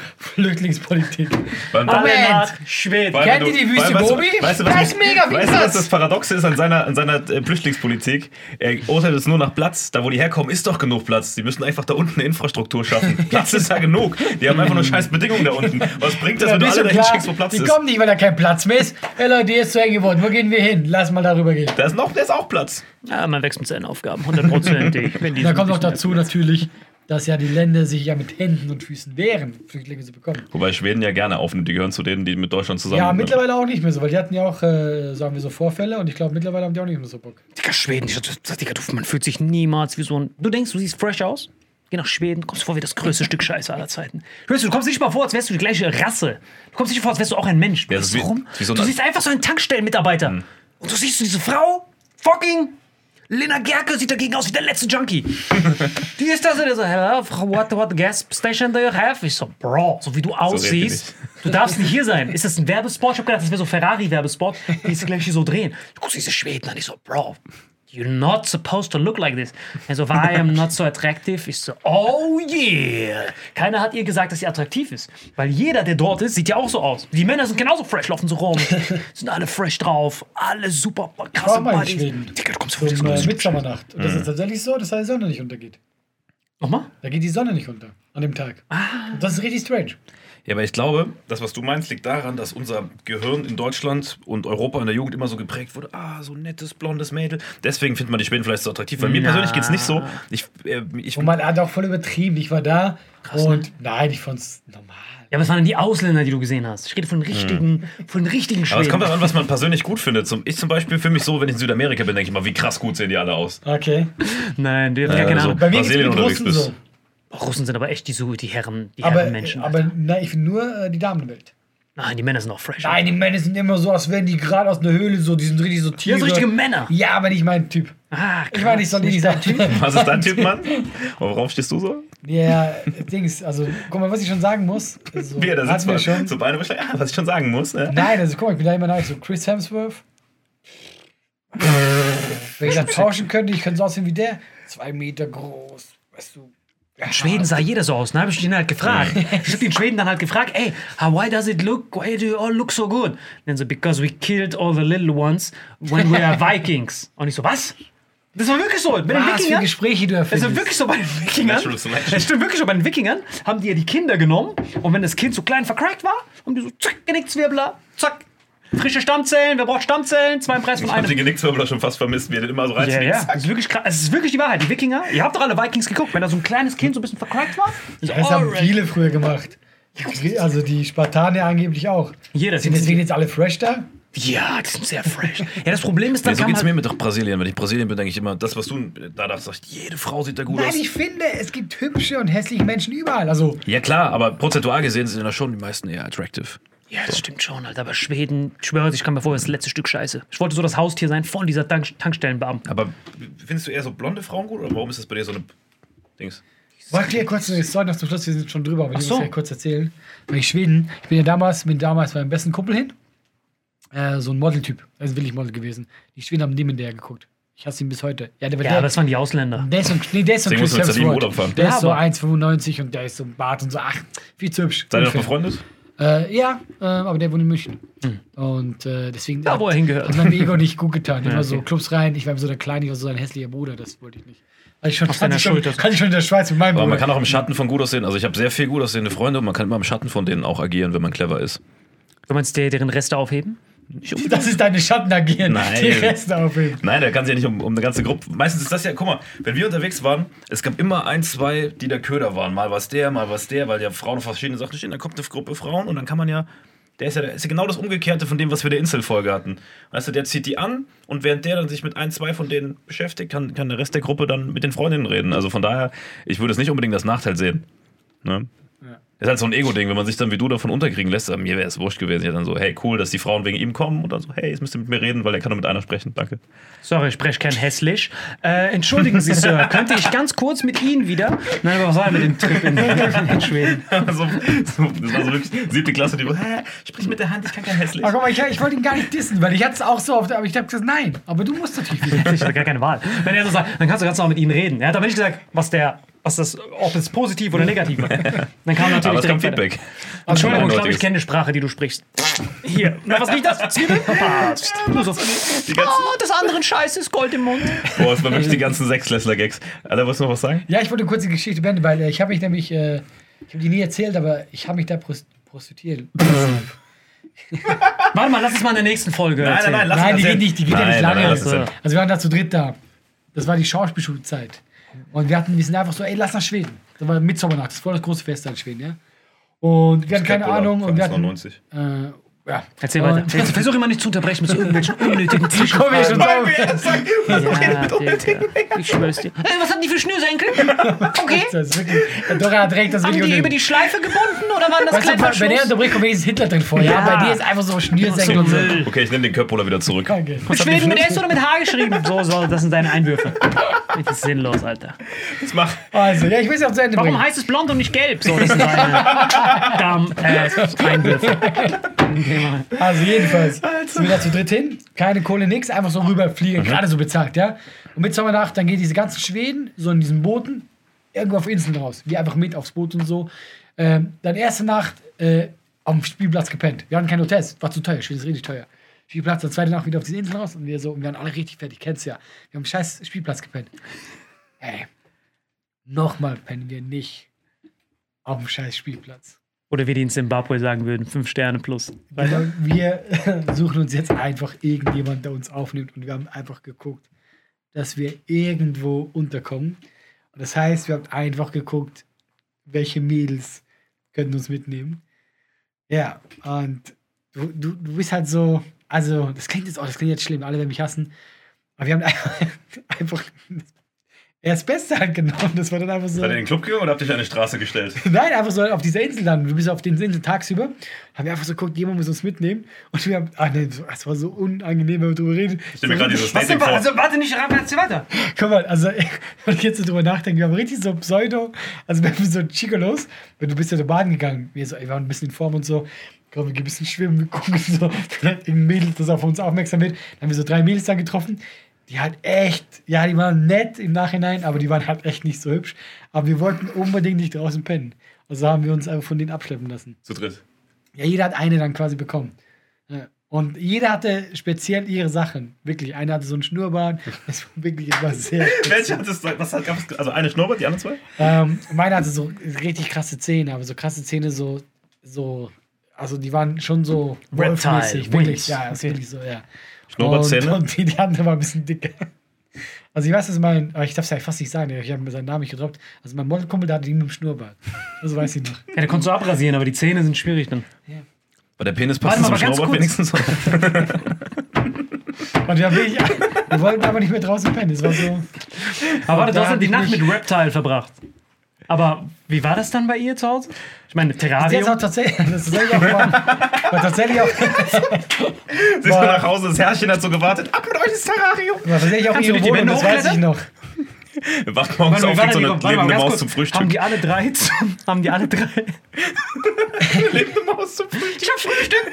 Flüchtlingspolitik. Weil- Alle Moment. nach Schweden. weil kennt du- ihr die Wüste weil- weißt du- Gobi? Weißt du, was, Da mich- ist mega viel weißt du, was Platz. das Paradoxe ist an seiner, an seiner äh, Flüchtlingspolitik? Er urteilt es nur nach nach Platz. Da, wo die herkommen, ist doch genug Platz. Die müssen einfach da unten eine Infrastruktur schaffen. Platz ist ja genug. Die haben einfach nur scheiß Bedingungen da unten. Was bringt das, Ja, wenn du bist alle du dahin klar? schickst, wo Platz die ist? kommen nicht, weil da kein Platz mehr ist. Ey Leute, hier ist zu eng geworden. Wo gehen wir hin? Lass mal darüber gehen. Da ist noch, da ist auch Platz. Ja, man wächst mit seinen Aufgaben, hundertprozentig. wenn die Da so kommt noch ein bisschen- dazu natürlich, dass ja die Länder sich ja mit Händen und Füßen wehren, Flüchtlinge zu bekommen. Wobei Schweden ja gerne aufnimmt. Die gehören zu denen, die mit Deutschland zusammen. Ja, mittlerweile auch nicht mehr so, weil die hatten ja auch, äh, sagen wir so, Vorfälle und ich glaube, mittlerweile haben die auch nicht mehr so Bock. Digga, Schweden. Ich dachte, Digga, du, man fühlt sich niemals wie so ein. Du denkst, du siehst fresh aus? Geh nach Schweden, kommst vor wie das größte Stück Scheiße aller Zeiten. Hörst du, du kommst nicht mal vor, als wärst du die gleiche Rasse. Du kommst nicht vor, als wärst du auch ein Mensch. Du, Ja, bist das ist wie- rum. wie so Mhm. du eine- siehst einfach so einen Tankstellenmitarbeiter. Und du siehst diese Frau, fucking Lena Gerke, sieht dagegen aus wie der letzte Junkie. die ist da so, der so, hello, what, what gas station do you have? Ich so, bro, so wie du aussiehst, du darfst nicht hier sein. Ist das ein Werbespot? Ich hab gedacht, das wäre so Ferrari-Werbespot, die es gleich hier so drehen. Du guckst diese Schweden an, ich so, bro, you're not supposed to look like this. Er so, why I'm not so attractive? Ich so, oh yeah. Keiner hat ihr gesagt, dass sie attraktiv ist. Weil jeder, der dort ist, sieht ja auch so aus. Die Männer sind genauso fresh, laufen so rum. sind alle fresh drauf, alle super krasse war mal in Buddies. Schweden. Digga, du kommst vor, das Zum äh, größte- Mitsommernacht. Und das mhm. ist tatsächlich so, dass da die Sonne nicht untergeht. Nochmal? Da geht die Sonne nicht unter an dem Tag. Und Das ist richtig strange. Ja, aber ich glaube, das, was du meinst, liegt daran, dass unser Gehirn in Deutschland und Europa in der Jugend immer so geprägt wurde. Ah, so ein nettes, blondes Mädel. Deswegen findet man die Schweden vielleicht so attraktiv. Bei mir Na. persönlich geht es nicht so. Ich, äh, ich, Und man hat auch voll übertrieben. Ich war da und nein, ich fand's normal. Ja, aber es waren die Ausländer, die du gesehen hast. Ich rede von richtigen, von richtigen Hm. aber Schweden. es kommt darauf an, was man persönlich gut findet. Zum, ich zum Beispiel fühle mich so, wenn ich in Südamerika bin, denke ich mal, wie krass gut sehen die alle aus. Okay. Nein, die haben ja, Äh, keine so. Ahnung. Bei mir geht's mit Brasilien den unterwegs Russen bist. so. Russen sind aber echt die, so- die Herren, die Aber, Herrenmenschen. aber nein, ich finde nur äh, die Damenwelt. Nein, die Männer sind auch fresh. Nein, die Männer sind immer so, als wären die gerade aus einer Höhle so. Die sind richtig so Tiere. so richtige Männer. Ja, aber nicht mein Typ. Ah, Ich meine, ich soll nicht sein Typ. Was ist dein Tipp, Mann? Worauf stehst du so? Ja, Dings, also, guck mal, was ich schon sagen muss. Also, Wer, da hat sitzt man. mir schon. Zum einen wahrscheinlich, ah, was ich schon sagen muss. Ne? Nein, also guck mal, ich bin da immer nach so Chris Hemsworth. Wenn ich das tauschen könnte, ich könnte so aussehen wie der. Zwei Meter groß, weißt du. In Schweden sah jeder so aus. Dann habe ich ihn halt gefragt. Ich habe den Schweden dann halt gefragt, ey, how- why does it look, why do you all look so good? Und Dann so, because we killed all the little ones when we are Vikings. Und ich so, was? Das war wirklich so. Mit den Was für Wikingern? Gespräche du Es erfindest. sind Also wirklich so bei den Wikingern. Natural Selection. Es stimmt wirklich so bei den Wikingern, haben die ja die Kinder genommen und wenn das Kind so klein verkrackt war, haben die so zack, Genickzwirbler, zack. Frische Stammzellen, wer braucht Stammzellen? Zwei im Preis von Ich habe einem. den Genickzwirbel schon fast vermisst, wie er den immer so Ja, reinzieht. ja. Das ist wirklich krass. Es ist wirklich die Wahrheit. Die Wikinger, ihr habt doch alle Vikings geguckt, wenn da so ein kleines Kind so ein bisschen verkrackt war. So, Das haben alright. viele früher gemacht. Also die Spartaner angeblich auch. Jeder Sind deswegen jetzt alle fresh da? Ja, die sind sehr fresh. Ja, das Problem ist, dann Nee, so kann geht's man mir mit doch Brasilien. Wenn ich Brasilien bin, denke ich immer, das, was du da dachtest, sagst, jede Frau sieht da gut Nein, aus. ich finde, es gibt hübsche und hässliche Menschen überall. Also, Ja klar, aber prozentual gesehen sind da schon die meisten eher attractive. Ja, das stimmt schon, Alter. Aber Schweden, ich schwöre, ich kam mir vor, das letzte Stück Scheiße. Ich wollte so das Haustier sein von dieser Tank Tankstellenbeamten. Aber findest du eher so blonde Frauen gut oder warum ist das bei dir so eine Dings? Wollt ihr kurz eine Story noch zum Schluss? Wir sind schon drüber, aber die so. muss ich ja kurz erzählen. Weil ich Schweden, ich bin ja damals mit damals meinem besten Kumpel hin. Äh, so ein Modeltyp. Das ist wirklich Model gewesen. Die Schweden haben neben der geguckt. Ich hasse ihn bis heute. Ja, der, war Ja, der, das waren die Ausländer. der ist so, nee, der ist so Deswegen Chris musst du jetzt daneben Hemsworth. Urlaub fahren. Der ist so Ja, aber- 1,95 und der ist so ein Bart und so, ach, viel zu hübsch. Seid ihr noch Unfair. befreundet? Äh, ja, äh, aber der wohnt in München. Und äh, deswegen Hm. Da, wo er hingehört. hat meinem Ego nicht gut getan. Immer so okay. Clubs rein, ich war immer so der Kleine, ich war so ein hässlicher Bruder, das wollte ich nicht. Hatte ich schon, hatte seiner ich schon, Schulter. hatte ich schon in der Schweiz mit meinem Aber Bruder. man kann auch im Schatten von gut aussehen. Also ich habe sehr viel gut aussehende Freunde und man kann immer im Schatten von denen auch agieren, wenn man clever ist. Du meinst, der, deren Reste aufheben? Nicht unbedingt. Das ist deine Schatten agieren. Nein. Die Reste aufheben. Nein, da kann sich ja nicht um, um eine ganze Gruppe. Meistens ist das ja, guck mal, wenn wir unterwegs waren, es gab immer ein, zwei, die der Köder waren. Mal was der, mal was der, weil ja Frauen auf verschiedene Sachen stehen. Dann kommt eine Gruppe Frauen und dann kann man ja. Der ist ja, der ist ja genau das Umgekehrte von dem, was wir in der Inselfolge hatten. Weißt du, der zieht die an und während der dann sich mit ein, zwei von denen beschäftigt, kann, kann der Rest der Gruppe dann mit den Freundinnen reden. Also von daher, ich würde es nicht unbedingt als Nachteil sehen. Ne? Das ist halt so ein Ego-Ding, wenn man sich dann wie du davon unterkriegen lässt, aber mir wäre es wurscht gewesen. Ja, dann so, hey, cool, dass die Frauen wegen ihm kommen und dann so, hey, jetzt müsst ihr mit mir reden, weil er kann nur mit einer sprechen. Danke. Sorry, ich spreche kein Hässlich. Äh, entschuldigen Sie, Sir, könnte ich ganz kurz mit Ihnen wieder? Nein, aber was war mit dem Trip in, in Schweden? Also, so, das war so wirklich siebte Klasse, die hä, sprich mit der Hand, ich kann kein hässlich. Aber guck mal, ich, ich wollte ihn gar nicht dissen, weil ich hatte es auch so oft, aber ich habe gesagt, nein, aber du musst natürlich wieder. Ich hatte gar keine Wahl. Wenn er so sagt, dann kannst du ganz normal mit Ihnen reden. Er hat aber nicht gesagt, was der, was das, ob es positiv oder negativ war. Dann kam natürlich Aber es kam direkt weiter. Feedback. Entschuldigung, ich glaube, ich Eindeutiges. kenne die Sprache, die du sprichst. Hier. Na, was riecht das? Zwiebeln? Passt. Die ganzen, Oh, des anderen Scheißes ist Gold im Mund. boah, es waren wirklich die ganzen Sechslässler-Gags. Alter, wolltest du noch was sagen? Ja, ich wollte kurz die Geschichte beenden, weil äh, ich habe mich nämlich, äh, ich habe die nie erzählt, aber ich habe mich da prost prostituiert. Warte mal, lass es mal in der nächsten Folge. erzählen. lass Nein, uns die erzählen. geht nicht, die geht ja nicht lange. Nein, lass uns erzählen. Also wir waren da zu dritt da. Das war die Schauspielschulzeit. Und wir hatten, wir sind einfach so, ey, lass nach Schweden. Das war Mitsommernacht, das war das große Fest da in Schweden, ja. Und wir hatten keine Ahnung und wir hatten, äh, 90. ja. Erzähl weiter. Und- Jetzt Versuch immer nicht zu unterbrechen mit so irgendwelchen unnötigen Komm, Zwischenfragen. ich schon sagen. Ja, Digga. Ich schwör's dir. Ey, Äh, was hatten die für Schnürsenkel? Okay. Das ist wirklich, doch, er hat direkt das Haben Video. die über nehmen. die Schleife gebunden oder waren das Weißt kleine du, wenn er unterbricht, kommt wenigstens Hitler drin vor, ja. Ja. Bei dir ist einfach so Schnürsenkel und so. Okay, ich nehme den Köppola wieder zurück. Danke. Mit Schweden mit S oder mit H geschrieben? So, so, das sind deine Einwürfe. Das ist sinnlos, Alter. Jetzt mach. Also, ja, ich will es ja auch zu Ende Warum bringen. heißt es blond und nicht gelb? So, das sind deine Damm-Einwürfe. Also jedenfalls sind wir da zu dritt hin, keine Kohle, nix, einfach so rüberfliegen, gerade so bezahlt, ja. Und mit Sommernacht, dann gehen diese ganzen Schweden so in diesen Booten irgendwo auf Inseln raus. Wir einfach mit aufs Boot und so. Ähm, dann erste Nacht äh, auf dem Spielplatz gepennt. Wir hatten kein Hotels, war zu teuer, Schweden ist richtig teuer. Spielplatz, dann zweite Nacht wieder auf diese Inseln raus und wir so, und wir waren alle richtig fertig, kennst ja. Wir haben scheiß Spielplatz gepennt. Ey, nochmal pennen wir nicht auf dem scheiß Spielplatz. Oder wie die in Zimbabwe sagen würden, fünf Sterne plus. Weil wir suchen uns jetzt einfach irgendjemand, der uns aufnimmt und wir haben einfach geguckt, dass wir irgendwo unterkommen. Und das heißt, wir haben einfach geguckt, welche Mädels könnten uns mitnehmen. Ja, und du, du, du bist halt so, also das klingt jetzt, oh, das klingt jetzt schlimm, alle werden mich hassen. Aber wir haben einfach, einfach das Beste halt genommen. Das war dann einfach so. Seid ihr in den Club gegangen oder habt ihr euch an die Straße gestellt? Nein, einfach so auf dieser Insel dann. Du bist auf den Inseln tagsüber. Haben wir einfach so geguckt, jemand muss uns mitnehmen. Und wir haben. Ah, nee, das war so unangenehm, wenn wir drüber reden. Ich stelle mir gerade dieses Dating vor. Also, warte nicht, erzähl weiter. Guck mal, also, wenn ich jetzt so drüber nachdenke, wir haben richtig so Pseudo. Also, wir haben so Chicolos. Wenn du bist ja so baden gegangen. Wir, so, ey, wir waren ein bisschen in Form und so. Komm, wir gehen ein bisschen schwimmen, wir gucken so. Vielleicht Ein Mädel, das auf uns aufmerksam wird. Dann haben wir so drei Mädels dann getroffen. Die halt echt, ja, die waren nett im Nachhinein, aber die waren halt echt nicht so hübsch. Aber wir wollten unbedingt nicht draußen pennen. Also haben wir uns einfach von denen abschleppen lassen. Zu dritt. Ja, jeder hat eine dann quasi bekommen. Ja. Und jeder hatte speziell ihre Sachen. Wirklich, einer hatte so einen Schnurrbart. Das war wirklich immer sehr. Welche hat es? Was hat, gab's, also eine Schnurrbart, die anderen zwei? ähm, meine hatte so richtig krasse Zähne, aber so krasse Zähne, so, so, also die waren schon so Reptile, wolfmäßig, Wings. wirklich. Ja, das ist wirklich so, ja. Schnurrbartzähne? Und, und die, die andere war ein bisschen dicker. Also ich weiß, was mein, aber ich darf es ja fast nicht sagen, ich habe mir seinen Namen nicht gedroppt. Also mein Modelkumpel, der hatte ihn mit dem Schnurrbart. Das weiß ich noch. Ja, da konntest du abrasieren, aber die Zähne sind schwierig dann. Bei der Penis passt Warte mal, zum aber ganz Schnurrbart kurz. wenigstens. Und wir, haben wirklich, wir wollten aber nicht mehr draußen pennen. Das war so. Aber warte, du Da hast dann hab die ich Nacht mich- mit Reptile verbracht. Aber wie war das dann bei ihr zu Hause? Ich meine, Das ist auch Terrarium. tatsächlich, das ist tatsächlich auch war, war tatsächlich auch, Sie ist nur nach Hause, das Herrchen hat so gewartet. Ab mit euch ins Terrarium. war tatsächlich auch Kannst du ihre nicht die Wohnung, Wände das weiß ich hochklettern? noch. Wir wachen morgens Warte, auf, wie war kriegt so denn eine die- warte mal, lebende ganz Maus kurz. zum Haben Frühstück. die alle drei? zu- Haben die alle drei? Lebende Maus zum Frühstück. Ich hab schon bestimmt.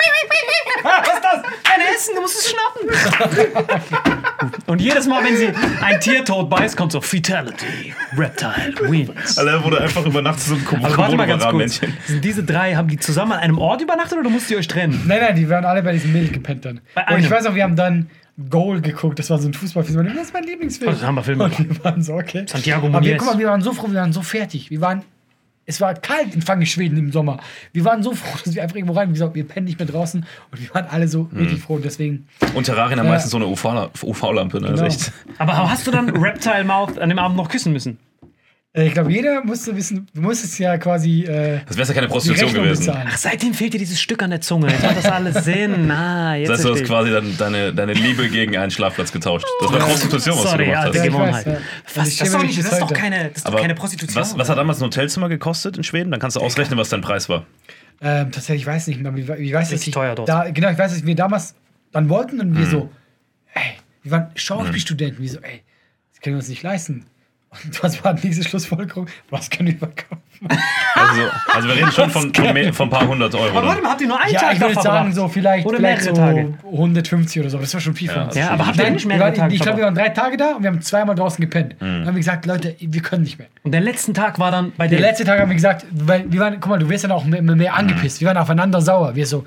Ah, Was ist das? Kein Essen, du musst es schnappen. Und jedes Mal, wenn sie ein Tier tot beißt, kommt so Fatality, Reptile, Wins. Alle wurde einfach über Nacht zum Also warte mal ganz kurz. Männchen. Sind diese drei, haben die zusammen an einem Ort übernachtet oder musst ihr euch trennen? Nein, nein, die waren alle bei diesem Mädel gepennt dann. Bei Und ich einem. weiß auch, wir haben dann Goal geguckt, das war so ein Fußballfilm. Das ist mein Lieblingsfilm. Also haben wir Filme Und wir waren so, okay. Santiago Aber wir, Muniz. guck mal, wir waren so froh, wir waren so fertig. Wir waren, es war kalt in Fange Schweden im Sommer. Wir waren so froh, dass wir einfach irgendwo rein, wie gesagt, wir pennen nicht mehr draußen. Und wir waren alle Mhm. so richtig froh. Und deswegen, Und Terrarien haben meistens so eine UV-Lampe. Ne? Genau. Das ist echt. Aber hast du dann Reptile Mouth an dem Abend noch küssen müssen? äh, ich glaube, jeder musste wissen, du musstest ja quasi äh, Das wäre ja keine die Prostitution Rechnung gewesen. bezahlen. Ach, seitdem fehlt dir dieses Stück an der Zunge. Jetzt macht das alles Sinn. Ah, jetzt Das heißt, du hast verstehe quasi dann deine, deine Liebe gegen einen Schlafplatz getauscht. Das war Prostitution, ich. was du Sorry, gemacht alte hast. Ja, ich Gewohnheit. weiß, ja. Also halt. Was? ich Das ist schäme doch, mich nicht, bis das ist doch heute. keine, das ist doch Aber keine Prostitution. Was, was hat damals ein Hotelzimmer gekostet in Schweden? Dann kannst du ausrechnen, was dein Preis war. Ähm, tatsächlich, ich weiß nicht mehr. Ich, ich weiß, dass Richtig ich, teuer dort. Da, genau, ich weiß, dass wir damals dann wollten und wir so, ey, wir waren Schauspielstudenten. Wir so, ey, das können wir uns nicht leisten. Und was war die nächste Schlussfolgerung? Was können wir verkaufen? Also, also wir reden schon von, von, mehr, von ein paar hundert Euro. Aber warte Ne? mal, habt ihr nur einen Ja, Tag ich würde da sagen, verbracht? so vielleicht, Oder vielleicht so mehrere Tage. 150 oder so. Das war schon viel für Ja, uns. also Ja, aber habt ihr Nein, nicht wir mehrere waren, Tage ich glaube, wir verbracht? waren drei Tage da und wir haben zweimal draußen gepennt. Dann haben wir gesagt, Leute, wir können nicht mehr. Und der letzte Tag war dann bei Der dir. letzte Tag haben wir gesagt, weil wir waren, guck mal, du wirst dann auch immer mehr angepisst. Wir waren aufeinander sauer. Wir so,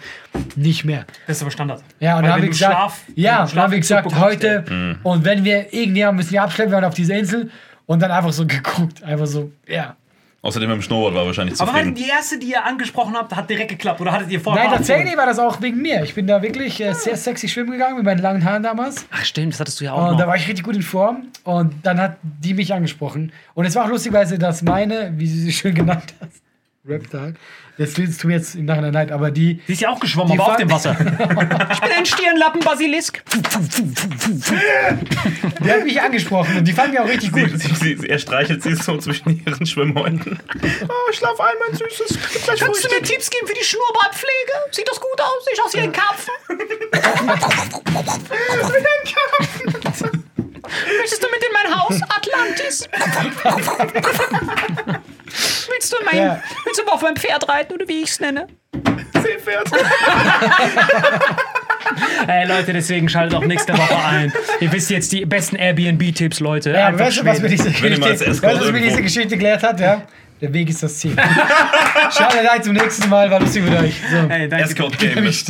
nicht mehr. Das ist aber Standard. Ja, und Weil dann haben wenn wir du gesagt, Schlaf- wenn ja, du dann haben wir Schlafentzug gesagt, bekommst, heute, und wenn wir irgendjemanden müssen wir abschleppen, wir waren auf dieser Insel und dann einfach so geguckt. Einfach so, ja. Außerdem mit dem Snowboard war er wahrscheinlich Aber warte, zufrieden. die erste, die ihr angesprochen habt, hat direkt geklappt. Oder hattet ihr vorher Nein, verabredet? tatsächlich war das auch wegen mir. Ich bin da wirklich äh, sehr sexy schwimmen gegangen mit meinen langen Haaren damals. Ach stimmt, das hattest du ja auch Und Oh, da noch. war ich richtig gut in Form. Und dann hat die mich angesprochen. Und es war auch lustigerweise, dass meine, wie du sie schön genannt hast, Rap-Tag, das tut mir jetzt im Nachhinein leid, aber die, Die ist ja auch geschwommen, Die aber auf Fa- dem Wasser. ich bin ein Stirnlappen-Basilisk. die hat mich angesprochen und die fand mich auch richtig gut. Sie, sie, sie, er streichelt sie so zwischen ihren Schwimmhäuten. Oh, schlaf ein, mein Süßes. Gib gleich Kannst du Frühstück. mir Tipps geben für die Schnurrbartpflege? Sieht das gut aus? Sehe ich aus wie ein Karpfen? Möchtest du mit in mein Haus, Atlantis? willst, du mein, Ja. willst du mal auf mein Pferd reiten oder wie ich es nenne? Seepferd. Ey Leute, deswegen schaltet auch nächste Woche ein. Ihr wisst jetzt die besten Airbnb-Tipps, Leute. Ja, aber weißt du, was mir diese Geschichte, ihr mal als weißt, du, Escort was mir irgendwo- diese Geschichte gelehrt hat? Ja? Der Weg ist das Ziel. Schade, leid, zum nächsten Mal. War lustig mit euch. So. Ey, danke. Escort Game ist.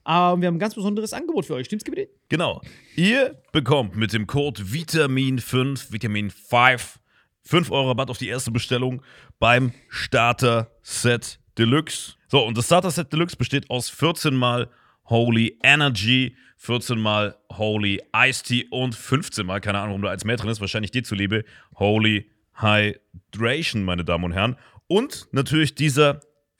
Aber wir haben ein ganz besonderes Angebot für euch. Stimmt's, Gabriel? Genau. Ihr bekommt mit dem Code Vitamin 5, Vitamin 5, 5 Euro Rabatt auf die erste Bestellung beim Starter Set Deluxe. So, und das Starter Set Deluxe besteht aus 14 mal Holy Energy, 14 mal Holy Iced Tea und 15 mal, keine Ahnung, warum da eins mehr drin ist, wahrscheinlich dir zuliebe, Holy Hydration, meine Damen und Herren. Und natürlich dieser